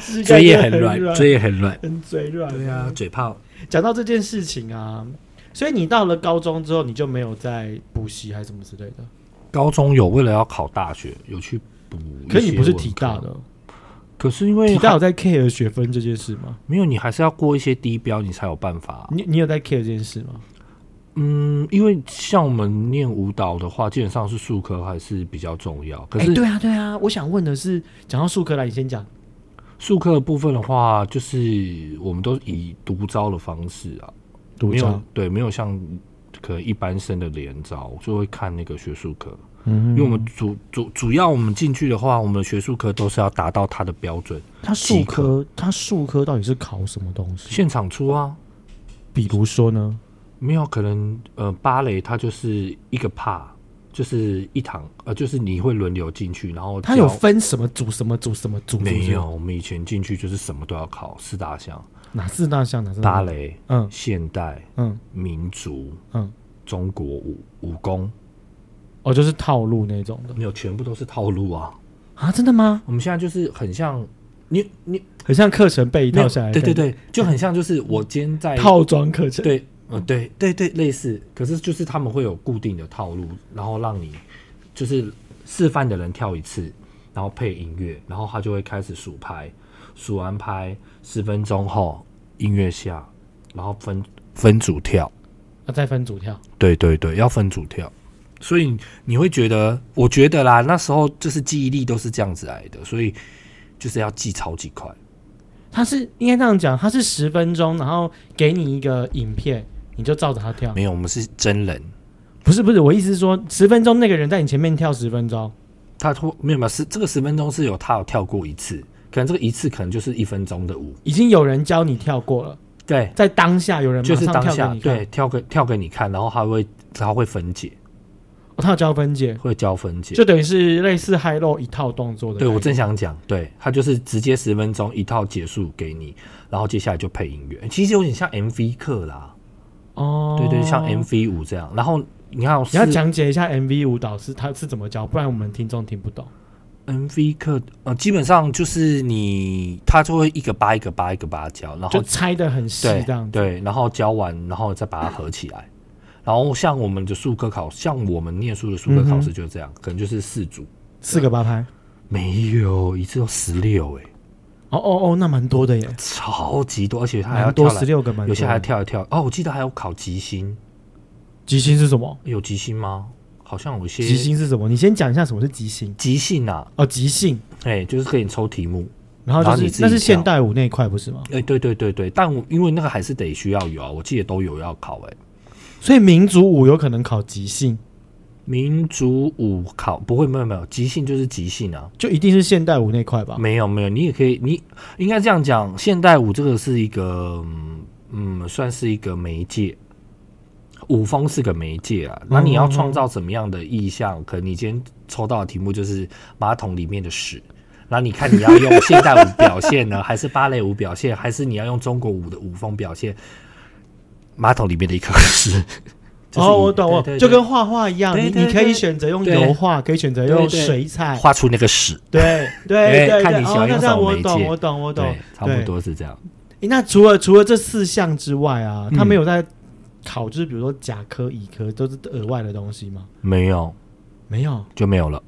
[SPEAKER 2] 膝盖
[SPEAKER 1] 嘴也
[SPEAKER 2] 真
[SPEAKER 1] 很
[SPEAKER 2] 的
[SPEAKER 1] 软
[SPEAKER 2] 软，，
[SPEAKER 1] 嘴也很软。
[SPEAKER 2] 很嘴软。
[SPEAKER 1] 对啊，，嘴炮。
[SPEAKER 2] 讲到这件事情啊，所以你到了高中之后，你就没有再补习还是什么之类的。
[SPEAKER 1] 高中有为了要考大学，有去补。
[SPEAKER 2] 可是你不是体大，
[SPEAKER 1] 啊
[SPEAKER 2] 的，
[SPEAKER 1] 可是因为
[SPEAKER 2] 体大有在 care 学分这件事吗？
[SPEAKER 1] 没有你还是要过一些低标，你才有办法、
[SPEAKER 2] 你你有在 care 这件事吗？
[SPEAKER 1] 嗯，因为像我们念舞蹈的话，基本上是术科还是比较重要。可
[SPEAKER 2] 哎、
[SPEAKER 1] 是
[SPEAKER 2] 对啊对啊，我想问的是，讲到数科来，你先讲。
[SPEAKER 1] 术科的部分的话，就是我们都以独招的方式啊，没有对，没有像可能一般生的连招，就会看那个学术科，
[SPEAKER 2] 嗯
[SPEAKER 1] 因为我们主主主要我们进去的话，我们的学术科都是要达到它的标准，
[SPEAKER 2] 他数科，他数科到底是考什么东西？
[SPEAKER 1] 现场出啊，
[SPEAKER 2] 比如说呢？
[SPEAKER 1] 没有可能呃，芭蕾它就是一个帕。就是一堂，呃，就是你会轮流进去，然后
[SPEAKER 2] 他有
[SPEAKER 1] 教
[SPEAKER 2] 分什么组、什么组、什么组？
[SPEAKER 1] 没有，，我们以前进去就是什么都要考四大项：
[SPEAKER 2] 哪四大项？哪四
[SPEAKER 1] 芭
[SPEAKER 2] 大项？
[SPEAKER 1] 蕾、
[SPEAKER 2] 嗯
[SPEAKER 1] 现代、
[SPEAKER 2] 嗯
[SPEAKER 1] 民族、
[SPEAKER 2] 嗯，
[SPEAKER 1] 中国武武功，
[SPEAKER 2] 哦，就是套路那种的
[SPEAKER 1] 没有全部都是套路啊。
[SPEAKER 2] 啊？真的吗？
[SPEAKER 1] 我们现在就是很像你你
[SPEAKER 2] 很像课程背一
[SPEAKER 1] 没
[SPEAKER 2] 套
[SPEAKER 1] 有
[SPEAKER 2] 下来，
[SPEAKER 1] 对对，对，就很像就是我今天在
[SPEAKER 2] 套装课程。
[SPEAKER 1] 对呃对对对类似，可是就是他们会有固定的套路，然后让你就是示范的人跳一次，然后配音乐，然后他就会开始数拍，数完拍十分钟后音乐下，然后分分组跳。
[SPEAKER 2] 啊，再分组跳。
[SPEAKER 1] 对对对，要分组跳。所以你会觉得，我觉得啦，那时候就是记忆力都是这样子来的，所以就是要记超级快。
[SPEAKER 2] 他是应该这样讲，他是十分钟，然后给你一个影片，你就照着他跳。
[SPEAKER 1] 没有，我们是真人，
[SPEAKER 2] 不是不是，我意思是说，十分钟那个人在你前面跳十分钟，
[SPEAKER 1] 他突没有没有是这个十分钟是有他有跳过一次，可能这个一次可能就是一分钟的舞，
[SPEAKER 2] 已经有人教你跳过了，
[SPEAKER 1] 对，
[SPEAKER 2] 在当下有人马
[SPEAKER 1] 就是
[SPEAKER 2] 上
[SPEAKER 1] 当
[SPEAKER 2] 跳
[SPEAKER 1] 下
[SPEAKER 2] 给你看。
[SPEAKER 1] 对跳给跳给你看，然后他会他会分解，
[SPEAKER 2] 哦，他有教分解，
[SPEAKER 1] 会教分解。
[SPEAKER 2] 就等于是类似 high low 一套动作的。
[SPEAKER 1] 对我正想讲，对他就是直接十分钟一套结束给你，然后接下来就配音乐，其实有点像 MV 课啦。
[SPEAKER 2] 哦，
[SPEAKER 1] 对对，像 MV 舞这样。然后你看哦，
[SPEAKER 2] 你要
[SPEAKER 1] 是
[SPEAKER 2] 讲解一下 MV 舞蹈是他是怎么教，不然我们听众听不懂。
[SPEAKER 1] MV 课，呃，基本上就是你他就会一个八一个八一个八教，然
[SPEAKER 2] 就
[SPEAKER 1] 后
[SPEAKER 2] 拆的很细
[SPEAKER 1] 对
[SPEAKER 2] 这样子。
[SPEAKER 1] 对，然后教完，然后再把它合起来。然后像我们的数科考，像我们念书的数科考试就是这
[SPEAKER 2] 嗯
[SPEAKER 1] 样，可能就是四组，
[SPEAKER 2] 四个八拍。
[SPEAKER 1] 没有一次都十六哎，
[SPEAKER 2] 哦哦哦，那蛮多的耶，
[SPEAKER 1] 超级多，而且他还要
[SPEAKER 2] 蛮
[SPEAKER 1] 跳
[SPEAKER 2] 多
[SPEAKER 1] 来
[SPEAKER 2] 十，六个蛮多的。
[SPEAKER 1] 有些还跳一跳。哦，我记得还有考即兴，啊
[SPEAKER 2] 即兴是什么？
[SPEAKER 1] 有即兴吗？好像有一些
[SPEAKER 2] 即兴是什么？你先讲一下什么是即兴
[SPEAKER 1] 即兴啊，
[SPEAKER 2] 哦，即兴，
[SPEAKER 1] 哎，就是可以抽题目，
[SPEAKER 2] 然后就
[SPEAKER 1] 然后你自
[SPEAKER 2] 是
[SPEAKER 1] 己
[SPEAKER 2] 那是
[SPEAKER 1] 跳
[SPEAKER 2] 现代舞那一块不是吗？
[SPEAKER 1] 哎、对对对对，但我因为那个还是得需要有啊，我记得都有要考哎、
[SPEAKER 2] 所以民族舞有可能考即兴，
[SPEAKER 1] 民族舞考不会，没有没有，即兴就是即兴啊，
[SPEAKER 2] 就一定是现代舞那块吧？
[SPEAKER 1] 没有没有，你也可以，你应该这样讲，现代舞这个是一个嗯嗯，算是一个媒介，舞风是个媒介啊，那你要创造怎么样的意象？可能你今天抽到的题目就是马桶里面的屎。那你看，你要用现代舞表现 呢，还是芭蕾舞表现，还是你要用中国舞的舞风表现？马桶里面的一颗屎。就是
[SPEAKER 2] 哦，
[SPEAKER 1] 以
[SPEAKER 2] 我懂，我
[SPEAKER 1] 对对
[SPEAKER 2] 就
[SPEAKER 1] 对
[SPEAKER 2] 跟画画一样，
[SPEAKER 1] 对
[SPEAKER 2] 你
[SPEAKER 1] 对
[SPEAKER 2] 你可
[SPEAKER 1] 对
[SPEAKER 2] 以选择用
[SPEAKER 1] 对
[SPEAKER 2] 油画，可以选择
[SPEAKER 1] 对
[SPEAKER 2] 用
[SPEAKER 1] 对
[SPEAKER 2] 水彩，
[SPEAKER 1] 画出那个屎，
[SPEAKER 2] 对对
[SPEAKER 1] 哎
[SPEAKER 2] 对
[SPEAKER 1] 看
[SPEAKER 2] 对。
[SPEAKER 1] 你喜
[SPEAKER 2] 哦
[SPEAKER 1] 欢，
[SPEAKER 2] 那
[SPEAKER 1] 用
[SPEAKER 2] 这
[SPEAKER 1] 什
[SPEAKER 2] 样
[SPEAKER 1] 么
[SPEAKER 2] 我
[SPEAKER 1] 媒
[SPEAKER 2] 懂，
[SPEAKER 1] 介
[SPEAKER 2] 我懂，我懂
[SPEAKER 1] 对，。差不
[SPEAKER 2] 对
[SPEAKER 1] 多是这样。
[SPEAKER 2] 诶那除了除了这四项之外啊，他
[SPEAKER 1] 嗯
[SPEAKER 2] 没有在考，就是比如说甲科、乙科都是额外的东西吗？
[SPEAKER 1] 没有，
[SPEAKER 2] 没有，
[SPEAKER 1] 就没有了。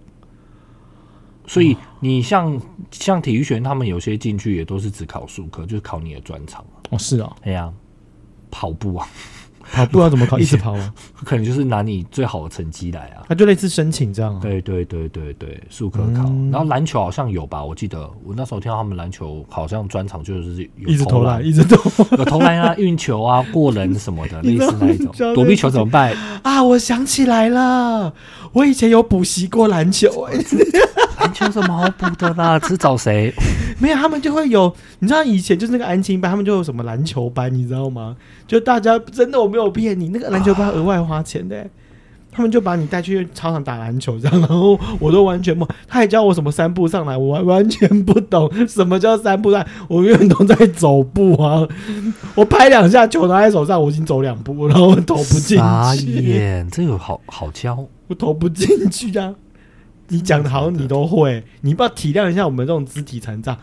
[SPEAKER 1] 所以你像像体育学院，他们有些进去也都是只考数科，就是考你的专长嘛。
[SPEAKER 2] 哦，是哦，
[SPEAKER 1] 哎呀，跑步啊，
[SPEAKER 2] 跑 步要怎么考？一直跑啊 吗？
[SPEAKER 1] 可能就是拿你最好的成绩来啊。
[SPEAKER 2] 他就类似申请这样啊。
[SPEAKER 1] 对对对对对，数科考，
[SPEAKER 2] 嗯
[SPEAKER 1] 然后篮球好像有吧？我记得我那时候听到他们篮球好像专长就是有
[SPEAKER 2] 一直投
[SPEAKER 1] 篮
[SPEAKER 2] 篮，，一直投
[SPEAKER 1] 有投篮啊、运球啊、过人什么 的，类
[SPEAKER 2] 你知道
[SPEAKER 1] 似那一
[SPEAKER 2] 你知道
[SPEAKER 1] 种。躲避球怎么办？
[SPEAKER 2] 啊！我想起来了，我以前有补习过篮球、哎，
[SPEAKER 1] 篮球什么好补的啦？ 只找谁？
[SPEAKER 2] 没有，他们就会有，你知道以前就是那个安亲班，他们就有什么篮球班，你知道吗？就大家真的我没有骗你，那个篮球班额外花钱的、他们就把你带去操场打篮球，这样，然后我都完全懵，他还教我什么三步上来，我完完全不懂什么叫三步上来，我永远都在走步啊， 我拍两下球拿在手上，我已经走两步，然后我投不进
[SPEAKER 1] 傻
[SPEAKER 2] 去，
[SPEAKER 1] 眼，这个好好教。
[SPEAKER 2] 我投不进去啊！你讲的好像你都会，你不要体谅一下我们这种肢体残障。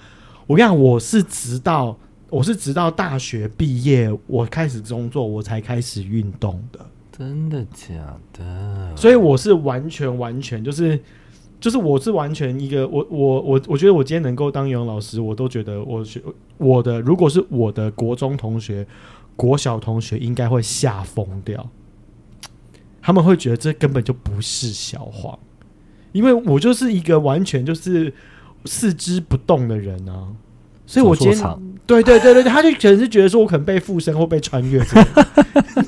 [SPEAKER 2] 我跟你讲，我是直到我是直到大学毕业，我开始工作，我才开始运动的，
[SPEAKER 1] 真的假的？
[SPEAKER 2] 所以我是完全完全就是就是我是完全一个我我我我觉得我今天能够当游泳老师，我都觉得我学我的如果是我的国中同学、国小同学应该会吓疯掉，他们会觉得这根本就不是小黄，因为我就是一个完全就是四肢不动的人啊，所以我今
[SPEAKER 1] 手作
[SPEAKER 2] 天
[SPEAKER 1] 场
[SPEAKER 2] 对对对对，对他就可能是觉得说我可能被附身或被穿越之类的，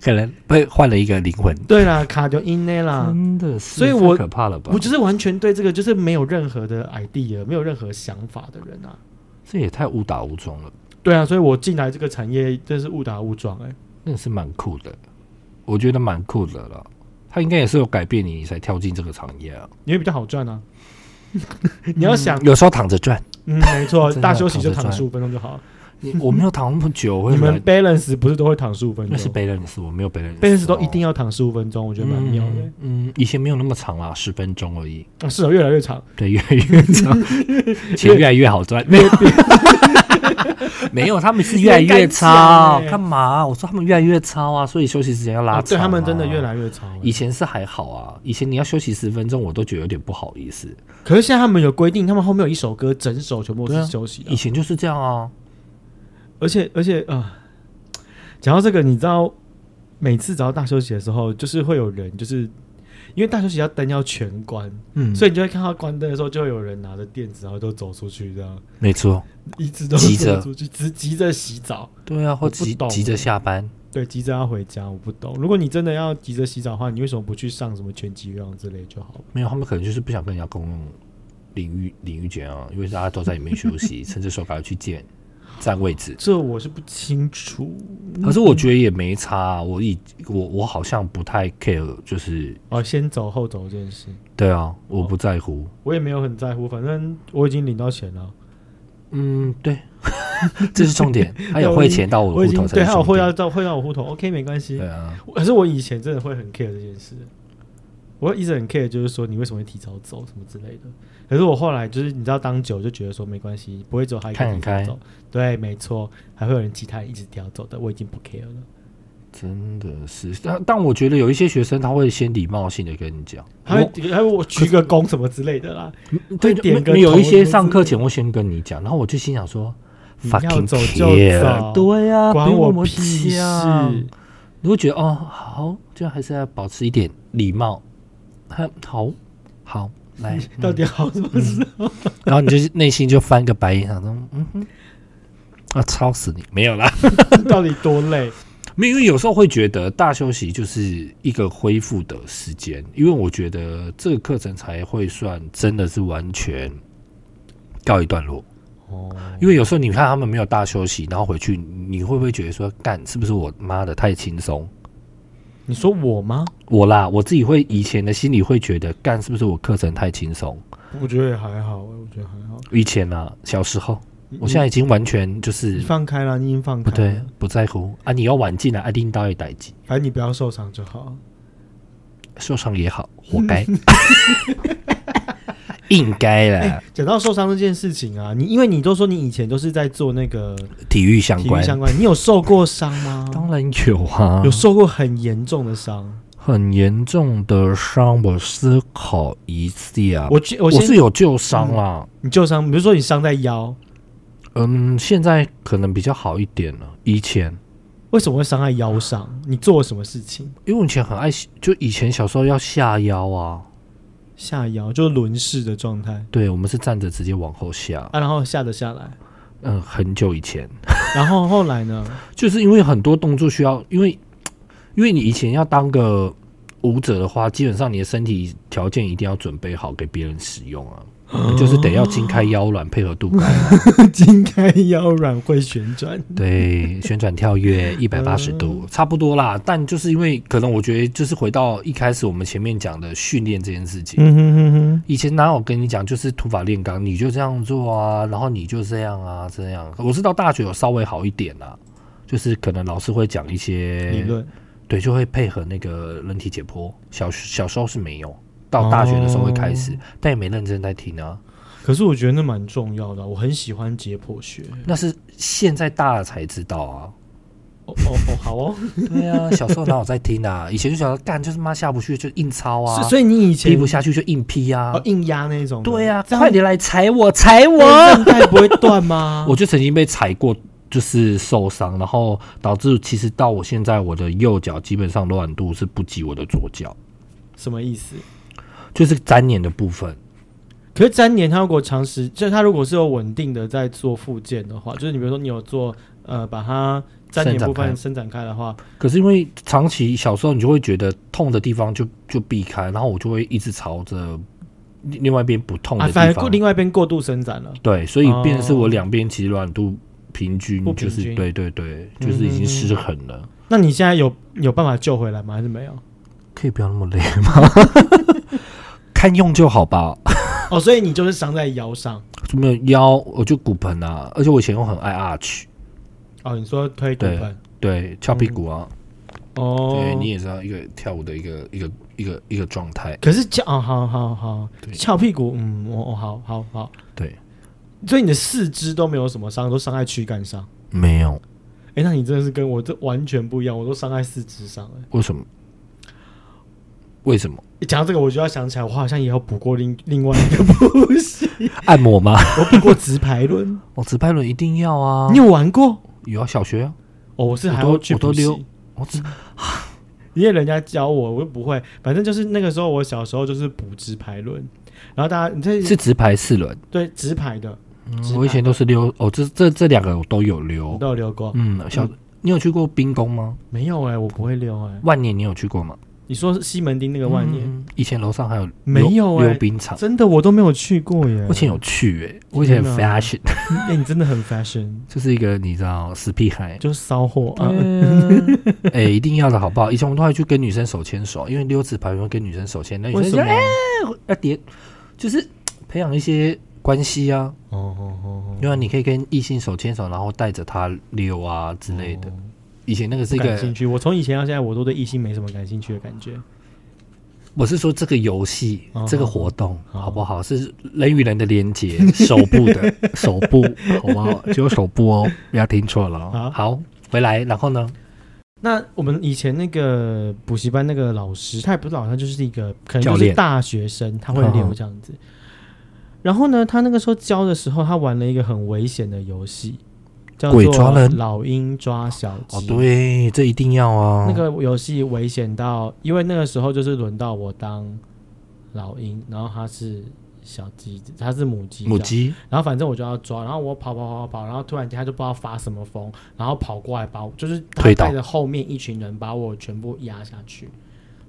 [SPEAKER 1] 可能被换了一个灵魂，
[SPEAKER 2] 对啦，卡就因内啦，
[SPEAKER 1] 真的是，
[SPEAKER 2] 啊所以我
[SPEAKER 1] 太可怕了吧
[SPEAKER 2] 我？就是完全对这个就是没有任何的 idea，没有任何想法的人啊。
[SPEAKER 1] 这也太误打误撞了，
[SPEAKER 2] 对啊，所以我进来这个产业真是误打误撞哎、
[SPEAKER 1] 那是蛮酷的，我觉得蛮酷的了。他应该也是有改变你，你才跳进这个产业啊。
[SPEAKER 2] 因为比较好 赚啊。你要想，
[SPEAKER 1] 有时候躺着赚，
[SPEAKER 2] 嗯，没错，
[SPEAKER 1] 真的
[SPEAKER 2] 大休息就
[SPEAKER 1] 躺
[SPEAKER 2] 躺
[SPEAKER 1] 着赚
[SPEAKER 2] 十五分钟就好了。
[SPEAKER 1] 你我没有躺那么久，我
[SPEAKER 2] 你
[SPEAKER 1] 会
[SPEAKER 2] 们
[SPEAKER 1] 来。
[SPEAKER 2] balance 不是都会躺十五分
[SPEAKER 1] 那是
[SPEAKER 2] 钟
[SPEAKER 1] balance，我没有 balance，
[SPEAKER 2] ？balance 都一定要躺十五分钟，我觉
[SPEAKER 1] 要
[SPEAKER 2] 得蛮妙的、
[SPEAKER 1] 啊嗯。嗯，以前没有那么长啦，十分钟而已。
[SPEAKER 2] 啊，是的，越来越长。
[SPEAKER 1] 对，越来越长，钱越来越好赚。没有，没有，他们是越来越超
[SPEAKER 2] 你很敢讲，欸
[SPEAKER 1] 干嘛啊、我说他们越来越超啊，所以休息时间要拉长、
[SPEAKER 2] 啊，对他们真的越。来越长、欸
[SPEAKER 1] 以前是还好啊，以前你要休息十分钟，我都觉得有点不好意思。
[SPEAKER 2] 可是现在他们有规定，他们后面有一首歌，整首全部都
[SPEAKER 1] 对
[SPEAKER 2] 是
[SPEAKER 1] 啊
[SPEAKER 2] 休息的
[SPEAKER 1] 以。前就是这样啊，
[SPEAKER 2] 而且而且啊、呃讲到这个，你知道每次只要大休息的时候，就是会有人，就是因为大休息要灯要全关，
[SPEAKER 1] 嗯
[SPEAKER 2] 所以你就会看到关灯的时候，就会有人拿着垫子，然后都走出去，这样
[SPEAKER 1] 没错，
[SPEAKER 2] 一直都
[SPEAKER 1] 急
[SPEAKER 2] 走
[SPEAKER 1] 着
[SPEAKER 2] 出去，只急着洗澡，
[SPEAKER 1] 对啊，或
[SPEAKER 2] 我不
[SPEAKER 1] 急
[SPEAKER 2] 懂
[SPEAKER 1] 急着下班，
[SPEAKER 2] 对，急着要回家。我不懂，如果你真的要急着洗澡的话，你为什么不去上什么拳击运动之类就好了？
[SPEAKER 1] 没有，他们可能就是不想跟人家公用领域领域间啊，因为大家都在里面休息，甚至说赶快去见占位置。
[SPEAKER 2] 这我是不清楚。
[SPEAKER 1] 可是我觉得也没差啊、我以我我好像不太 care，就是
[SPEAKER 2] 哦，先走后走这件事，
[SPEAKER 1] 对啊，我不在乎。
[SPEAKER 2] 我也没有很在乎，反正我已经领到钱了，
[SPEAKER 1] 嗯，对， 这是重点。他有汇钱到我
[SPEAKER 2] 我
[SPEAKER 1] 的
[SPEAKER 2] 已
[SPEAKER 1] 户
[SPEAKER 2] 经
[SPEAKER 1] 头才
[SPEAKER 2] 对，
[SPEAKER 1] 是
[SPEAKER 2] 还有
[SPEAKER 1] 重
[SPEAKER 2] 汇
[SPEAKER 1] 点。
[SPEAKER 2] 到汇到我户头，OK，没关系。
[SPEAKER 1] 对啊，
[SPEAKER 2] 可是我以前真的会很 care 这件事，我一直很 care，就是说你为什么会提早走什么之类的。可是我后来就是你知道当久就觉得说没关系，不会走还可以
[SPEAKER 1] 看得
[SPEAKER 2] 提早
[SPEAKER 1] 开
[SPEAKER 2] 走，对，没错，还会有人其他人一直提早走的，我已经不 care 了。
[SPEAKER 1] 真的是。但但我觉得有一些学生他会先礼貌性的跟你讲，
[SPEAKER 2] 还会还会我鞠个躬什么之类的啦，
[SPEAKER 1] 我对，
[SPEAKER 2] 会点
[SPEAKER 1] 没
[SPEAKER 2] 个
[SPEAKER 1] 没有一
[SPEAKER 2] 头
[SPEAKER 1] 些
[SPEAKER 2] 什么
[SPEAKER 1] 上
[SPEAKER 2] 之
[SPEAKER 1] 课
[SPEAKER 2] 类
[SPEAKER 1] 前会先跟你讲，然后我就心想说
[SPEAKER 2] 你要
[SPEAKER 1] ，fucking
[SPEAKER 2] 走就
[SPEAKER 1] care，
[SPEAKER 2] 走
[SPEAKER 1] 对啊，
[SPEAKER 2] 管
[SPEAKER 1] 不用那
[SPEAKER 2] 我
[SPEAKER 1] 么啊
[SPEAKER 2] 屁事。
[SPEAKER 1] 讲你会觉得哦，好，就还是要保持一点礼貌。他好，好，来，
[SPEAKER 2] 到底好什么事？
[SPEAKER 1] 然后你就是内心就翻个白眼，想说，嗯哼，啊，操死你，没有啦，
[SPEAKER 2] 到底多累？
[SPEAKER 1] 没有，因为有时候会觉得大休息就是一个恢复的时间，因为我觉得这个课程才会算真的是完全告一段落。
[SPEAKER 2] 哦，
[SPEAKER 1] 因为有时候你看他们没有大休息，然后回去，你会不会觉得说，干是不是我妈的太轻松？
[SPEAKER 2] 你说我吗？
[SPEAKER 1] 我啦，我自己会以前的心里会觉得，干是不是我课程太轻松？
[SPEAKER 2] 我觉得也还好，我觉得还好。
[SPEAKER 1] 以前啊，小时候，我现
[SPEAKER 2] 在
[SPEAKER 1] 在已经完全就是
[SPEAKER 2] 嗯你放开了，你已经放
[SPEAKER 1] 不
[SPEAKER 2] 开
[SPEAKER 1] 对
[SPEAKER 2] 了，，
[SPEAKER 1] 不在乎啊！你要晚进来，啊，拎到也逮鸡，
[SPEAKER 2] 反正你不要受伤就好。
[SPEAKER 1] 受伤也好，活 该，应该啦。
[SPEAKER 2] 讲到受伤这件事情啊，你因为你都说你以前都是在做那个
[SPEAKER 1] 体育相
[SPEAKER 2] 体育
[SPEAKER 1] 关，
[SPEAKER 2] 相关，你有受过伤吗？
[SPEAKER 1] 当然有啊，
[SPEAKER 2] 有受过很严重的伤，
[SPEAKER 1] 很严重的伤，我思考一下。
[SPEAKER 2] 我我
[SPEAKER 1] 我
[SPEAKER 2] 先嗯
[SPEAKER 1] 是有旧伤啦，
[SPEAKER 2] 你旧伤，比如说你伤在腰，
[SPEAKER 1] 嗯，现在可能比较好一点了。以前，
[SPEAKER 2] 为什么会伤害腰上？你做了什么事情？
[SPEAKER 1] 因为我以前很爱，就以前小时候要下腰啊，
[SPEAKER 2] 下腰就是轮式的状态
[SPEAKER 1] 对我们是站着直接往后下，
[SPEAKER 2] 啊，然后下得下来，
[SPEAKER 1] 嗯，很久以前，
[SPEAKER 2] 然后后来 呢？
[SPEAKER 1] 就是因为很多动作需要，因为因为你以前要当个舞者的话，基本上你的身体条件一定要准备好给别人使用啊，就是得要筋开腰软，配合度高，
[SPEAKER 2] 筋开腰软会旋转，
[SPEAKER 1] 对，旋转跳跃一百八十度，差不多啦。但就是因为可能我觉得就是回到一开始我们前面讲的训练这件事情，
[SPEAKER 2] 嗯哼哼哼，
[SPEAKER 1] 以前哪有跟你讲就是土法炼钢，你就这样做啊，然后你就这样啊，这样。我是到大学有稍微好一点啦、就是可能老师会讲一些
[SPEAKER 2] 理论
[SPEAKER 1] 对，就会配合那个人体解剖。小小时候是没有，到大学的时候会开
[SPEAKER 2] 哦
[SPEAKER 1] 始，但也没认真在听啊。
[SPEAKER 2] 可是我觉得那蛮重要的啊，我很喜欢解剖学。
[SPEAKER 1] 那是现在大了才知道啊。
[SPEAKER 2] 哦哦哦，好哦。
[SPEAKER 1] 对 啊，小时候哪有在听啊？以前就想要干，就是妈下不去就硬抄啊，
[SPEAKER 2] 所所以你以前
[SPEAKER 1] 批不下去就硬批啊。
[SPEAKER 2] 哦硬压那种的，
[SPEAKER 1] 对啊，
[SPEAKER 2] 这样
[SPEAKER 1] 快点来踩我，踩我！？
[SPEAKER 2] 韧带不会断吗
[SPEAKER 1] 我就曾经被踩过，就是受伤，然后导致其实到我现在我的右脚基本上柔软度是不及我的左脚，
[SPEAKER 2] 什么意思？
[SPEAKER 1] 就是粘连的部分。
[SPEAKER 2] 可是粘连，它如果长时，就是它如果是有稳定的在做复健的话，就是你比如说你有做呃把它粘连部分伸展开的话，
[SPEAKER 1] 可是因为长期小时候你就会觉得痛的地方就就避开，然后我就会一直朝着另另外一边不痛的
[SPEAKER 2] 啊，
[SPEAKER 1] 地
[SPEAKER 2] 反而
[SPEAKER 1] 方。
[SPEAKER 2] 过另外一边过度伸展了。
[SPEAKER 1] 对，所以
[SPEAKER 2] 哦
[SPEAKER 1] 变成是我两边其实软度平均，
[SPEAKER 2] 不平
[SPEAKER 1] 就是
[SPEAKER 2] 均嗯
[SPEAKER 1] 对对对，就是已经失衡了。
[SPEAKER 2] 那你现在有有办法救回来吗？还 是没有？
[SPEAKER 1] 可以不要那么累吗？ 看用就好吧，
[SPEAKER 2] 哦，所以你就是伤在腰上。
[SPEAKER 1] 就没有腰，我就骨盆啊，而且我以前又很爱 arch，
[SPEAKER 2] 哦，你说推骨盆。
[SPEAKER 1] 对，翘屁股啊，对
[SPEAKER 2] 哦，
[SPEAKER 1] 你也知道一个跳舞的一个一个一个一个状态，
[SPEAKER 2] 可是翘，哦，好好好
[SPEAKER 1] 对，
[SPEAKER 2] 翘屁股，嗯，哦，哦好好好，
[SPEAKER 1] 对，
[SPEAKER 2] 所以你的四肢都没有什么伤，都伤在躯干上。
[SPEAKER 1] 没有
[SPEAKER 2] 哎、那你真的是跟我这完全不一样，我都伤在四肢上了。
[SPEAKER 1] 为什么？为什么
[SPEAKER 2] 诶讲到这个，我就要想起来，我好像也有补过另另外 一个补习，
[SPEAKER 1] 按摩 吗？
[SPEAKER 2] 我补过直排轮，
[SPEAKER 1] 哦，直拍轮一定要啊！
[SPEAKER 2] 你有玩过？
[SPEAKER 1] 有啊，小学啊，
[SPEAKER 2] 哦，我是还
[SPEAKER 1] 我
[SPEAKER 2] 要
[SPEAKER 1] 都
[SPEAKER 2] 去
[SPEAKER 1] 我都
[SPEAKER 2] 补习，
[SPEAKER 1] 溜我只
[SPEAKER 2] 因为人家教我，我又不会。反正就是那个时候，我小时候就是补直排轮，然后大家你这
[SPEAKER 1] 是直排四轮，
[SPEAKER 2] 对直排的，
[SPEAKER 1] 嗯
[SPEAKER 2] 直排
[SPEAKER 1] 我以前都是溜哦，这这这两个我都有
[SPEAKER 2] 我
[SPEAKER 1] 溜。
[SPEAKER 2] 都有溜过。
[SPEAKER 1] 嗯，小你有去过冰宫吗？
[SPEAKER 2] 没有哎、我不会溜哎、
[SPEAKER 1] 万年你有去过吗？
[SPEAKER 2] 你说是西门町那个万年，
[SPEAKER 1] 嗯以前楼上还有溜
[SPEAKER 2] 没有欸
[SPEAKER 1] 溜冰场，
[SPEAKER 2] 真的我都没有去过耶。
[SPEAKER 1] 嗯我以前有去诶，我以前很
[SPEAKER 2] 天哪
[SPEAKER 1] fashion，
[SPEAKER 2] 哎、你真的很 fashion，
[SPEAKER 1] 就是一个你知道死屁孩。
[SPEAKER 2] 就是骚货 啊。
[SPEAKER 1] 嗯，哎、一定要的好不好？以前我们都还去跟女生手牵手，因为溜直排轮会跟女生手牵，那女
[SPEAKER 2] 为
[SPEAKER 1] 生
[SPEAKER 2] 什
[SPEAKER 1] 就
[SPEAKER 2] 么？
[SPEAKER 1] 哎要叠，就是培养一些关系啊。
[SPEAKER 2] 哦哦哦
[SPEAKER 1] 因为你可以跟异性手牵手，然后带着他溜啊之类的。以前那个是
[SPEAKER 2] 不
[SPEAKER 1] 一
[SPEAKER 2] 哦感
[SPEAKER 1] 个
[SPEAKER 2] 兴，趣。我从以前到现在，我都对异性没什么感兴趣的感觉。
[SPEAKER 1] 我是说这个游戏、
[SPEAKER 2] 哦
[SPEAKER 1] 这个活动
[SPEAKER 2] 好
[SPEAKER 1] 好不好？是人与人的连接，手部 的手部，好不好？只有手部哦，不要听错了
[SPEAKER 2] 啊
[SPEAKER 1] 哦。好，回来，然后呢？
[SPEAKER 2] 那我们以前那个补习班那个老师，他也不是老师，他就是一个可能
[SPEAKER 1] 教
[SPEAKER 2] 就
[SPEAKER 1] 练
[SPEAKER 2] 是大学生，他会
[SPEAKER 1] 嗯
[SPEAKER 2] 留
[SPEAKER 1] 嗯
[SPEAKER 2] 这样子。然后呢，他那个时候教的时候，他玩了一个很危险的游戏，叫
[SPEAKER 1] 鬼抓
[SPEAKER 2] 做
[SPEAKER 1] 人
[SPEAKER 2] 老鹰抓小鸡。
[SPEAKER 1] 哦，对，这一定要啊。
[SPEAKER 2] 那个游戏危险到，因为那个时候就是轮到我当老鹰，然后他是小鸡子，他是母鸡，
[SPEAKER 1] 母。鸡，
[SPEAKER 2] 然后反正我就要抓，然后我跑跑跑跑跑，然后突然间他就不知道发什么疯，然后跑过来把我，就是他
[SPEAKER 1] 推倒
[SPEAKER 2] 带着后面一群人把我全部压下去，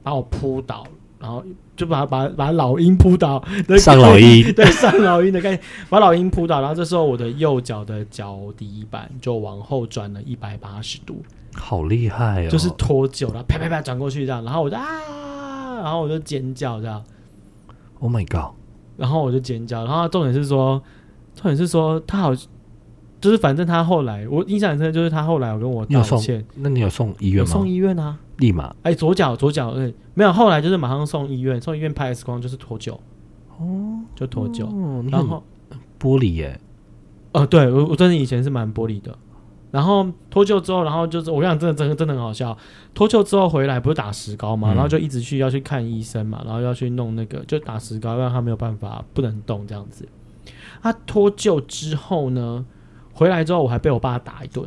[SPEAKER 2] 把我扑倒，然后就把把把老鹰扑倒，那个
[SPEAKER 1] 上老鹰
[SPEAKER 2] 对上老鹰的概念，把老鹰扑倒，然后这时候我的右脚的脚底板就往后转了一百八十度，
[SPEAKER 1] 好厉害哦！
[SPEAKER 2] 就是脱臼，然后啪啪啪转过去这样，然后我就啊，然后我就尖叫这样，
[SPEAKER 1] Oh my god！
[SPEAKER 2] 然后我就尖叫，然后重点是说，重点是说他好，就是反正他后来我印象很深，就是他后来有跟我
[SPEAKER 1] 你有
[SPEAKER 2] 道
[SPEAKER 1] 送
[SPEAKER 2] 歉，？
[SPEAKER 1] 那你有送医院
[SPEAKER 2] 我
[SPEAKER 1] 吗？
[SPEAKER 2] 送医院啊，
[SPEAKER 1] 立马
[SPEAKER 2] 哎，左脚左脚，哎，没有，后来就是马上送医院，送医院拍 X 光就是脱臼，
[SPEAKER 1] 哦，
[SPEAKER 2] 就脱臼，
[SPEAKER 1] 哦，你
[SPEAKER 2] 然
[SPEAKER 1] 很
[SPEAKER 2] 后
[SPEAKER 1] 玻璃耶，
[SPEAKER 2] 呃哦，对我我真的以前是蛮玻璃的，然后脱臼之后，然后就是我跟你讲，真的真的真的很好笑。脱臼之后回来不是打石膏嘛，
[SPEAKER 1] 嗯
[SPEAKER 2] 然后就一直去要去看医生嘛，然后要去弄那个就打石膏，让他没有办法不能动这样子。他脱臼之后呢，回来之后我还被我爸打一顿。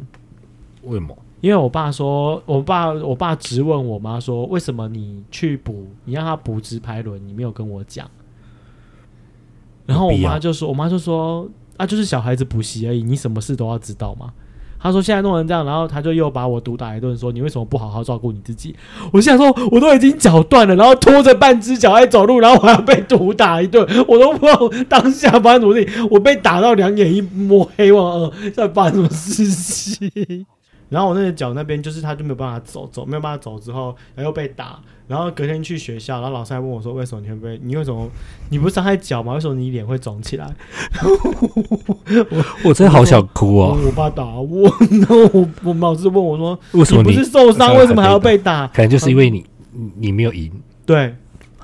[SPEAKER 1] 为什 么？
[SPEAKER 2] 因为我爸说，我爸我爸直问我妈说，为什么你去补，你让他补直排轮，你没有跟我讲？然后我
[SPEAKER 1] 有必要
[SPEAKER 2] 妈就说，我妈就说，啊，就是小孩子补习而已，你什么事都要知道嘛。他说现在弄成这样，然后他就又把我毒打一顿，说你为什么不好好照顾你自己？我现在说我都已经脚断了，然后拖着半只脚在走路，然后我还要被毒打一顿，我都不知道当下发生什么事情，我被打到两眼一摸黑，我呃，在发生什么事情？然后我那个脚那边就是他就没有办法走，走没有办法走之后，然后又被打，然后隔天去学校，然后老师还问我说：“为什么你会被？你为什么你不是伤害脚吗？为什么你脸会肿起来？”
[SPEAKER 1] 我真的好想哭
[SPEAKER 2] 我
[SPEAKER 1] 哦！
[SPEAKER 2] 我爸打我，然后我我老师问我说：“
[SPEAKER 1] 为什么
[SPEAKER 2] 你不
[SPEAKER 1] 你
[SPEAKER 2] 是受伤，
[SPEAKER 1] 为什么
[SPEAKER 2] 为什么还要
[SPEAKER 1] 还
[SPEAKER 2] 被打
[SPEAKER 1] 可能就是因为你你你没有赢？”
[SPEAKER 2] 对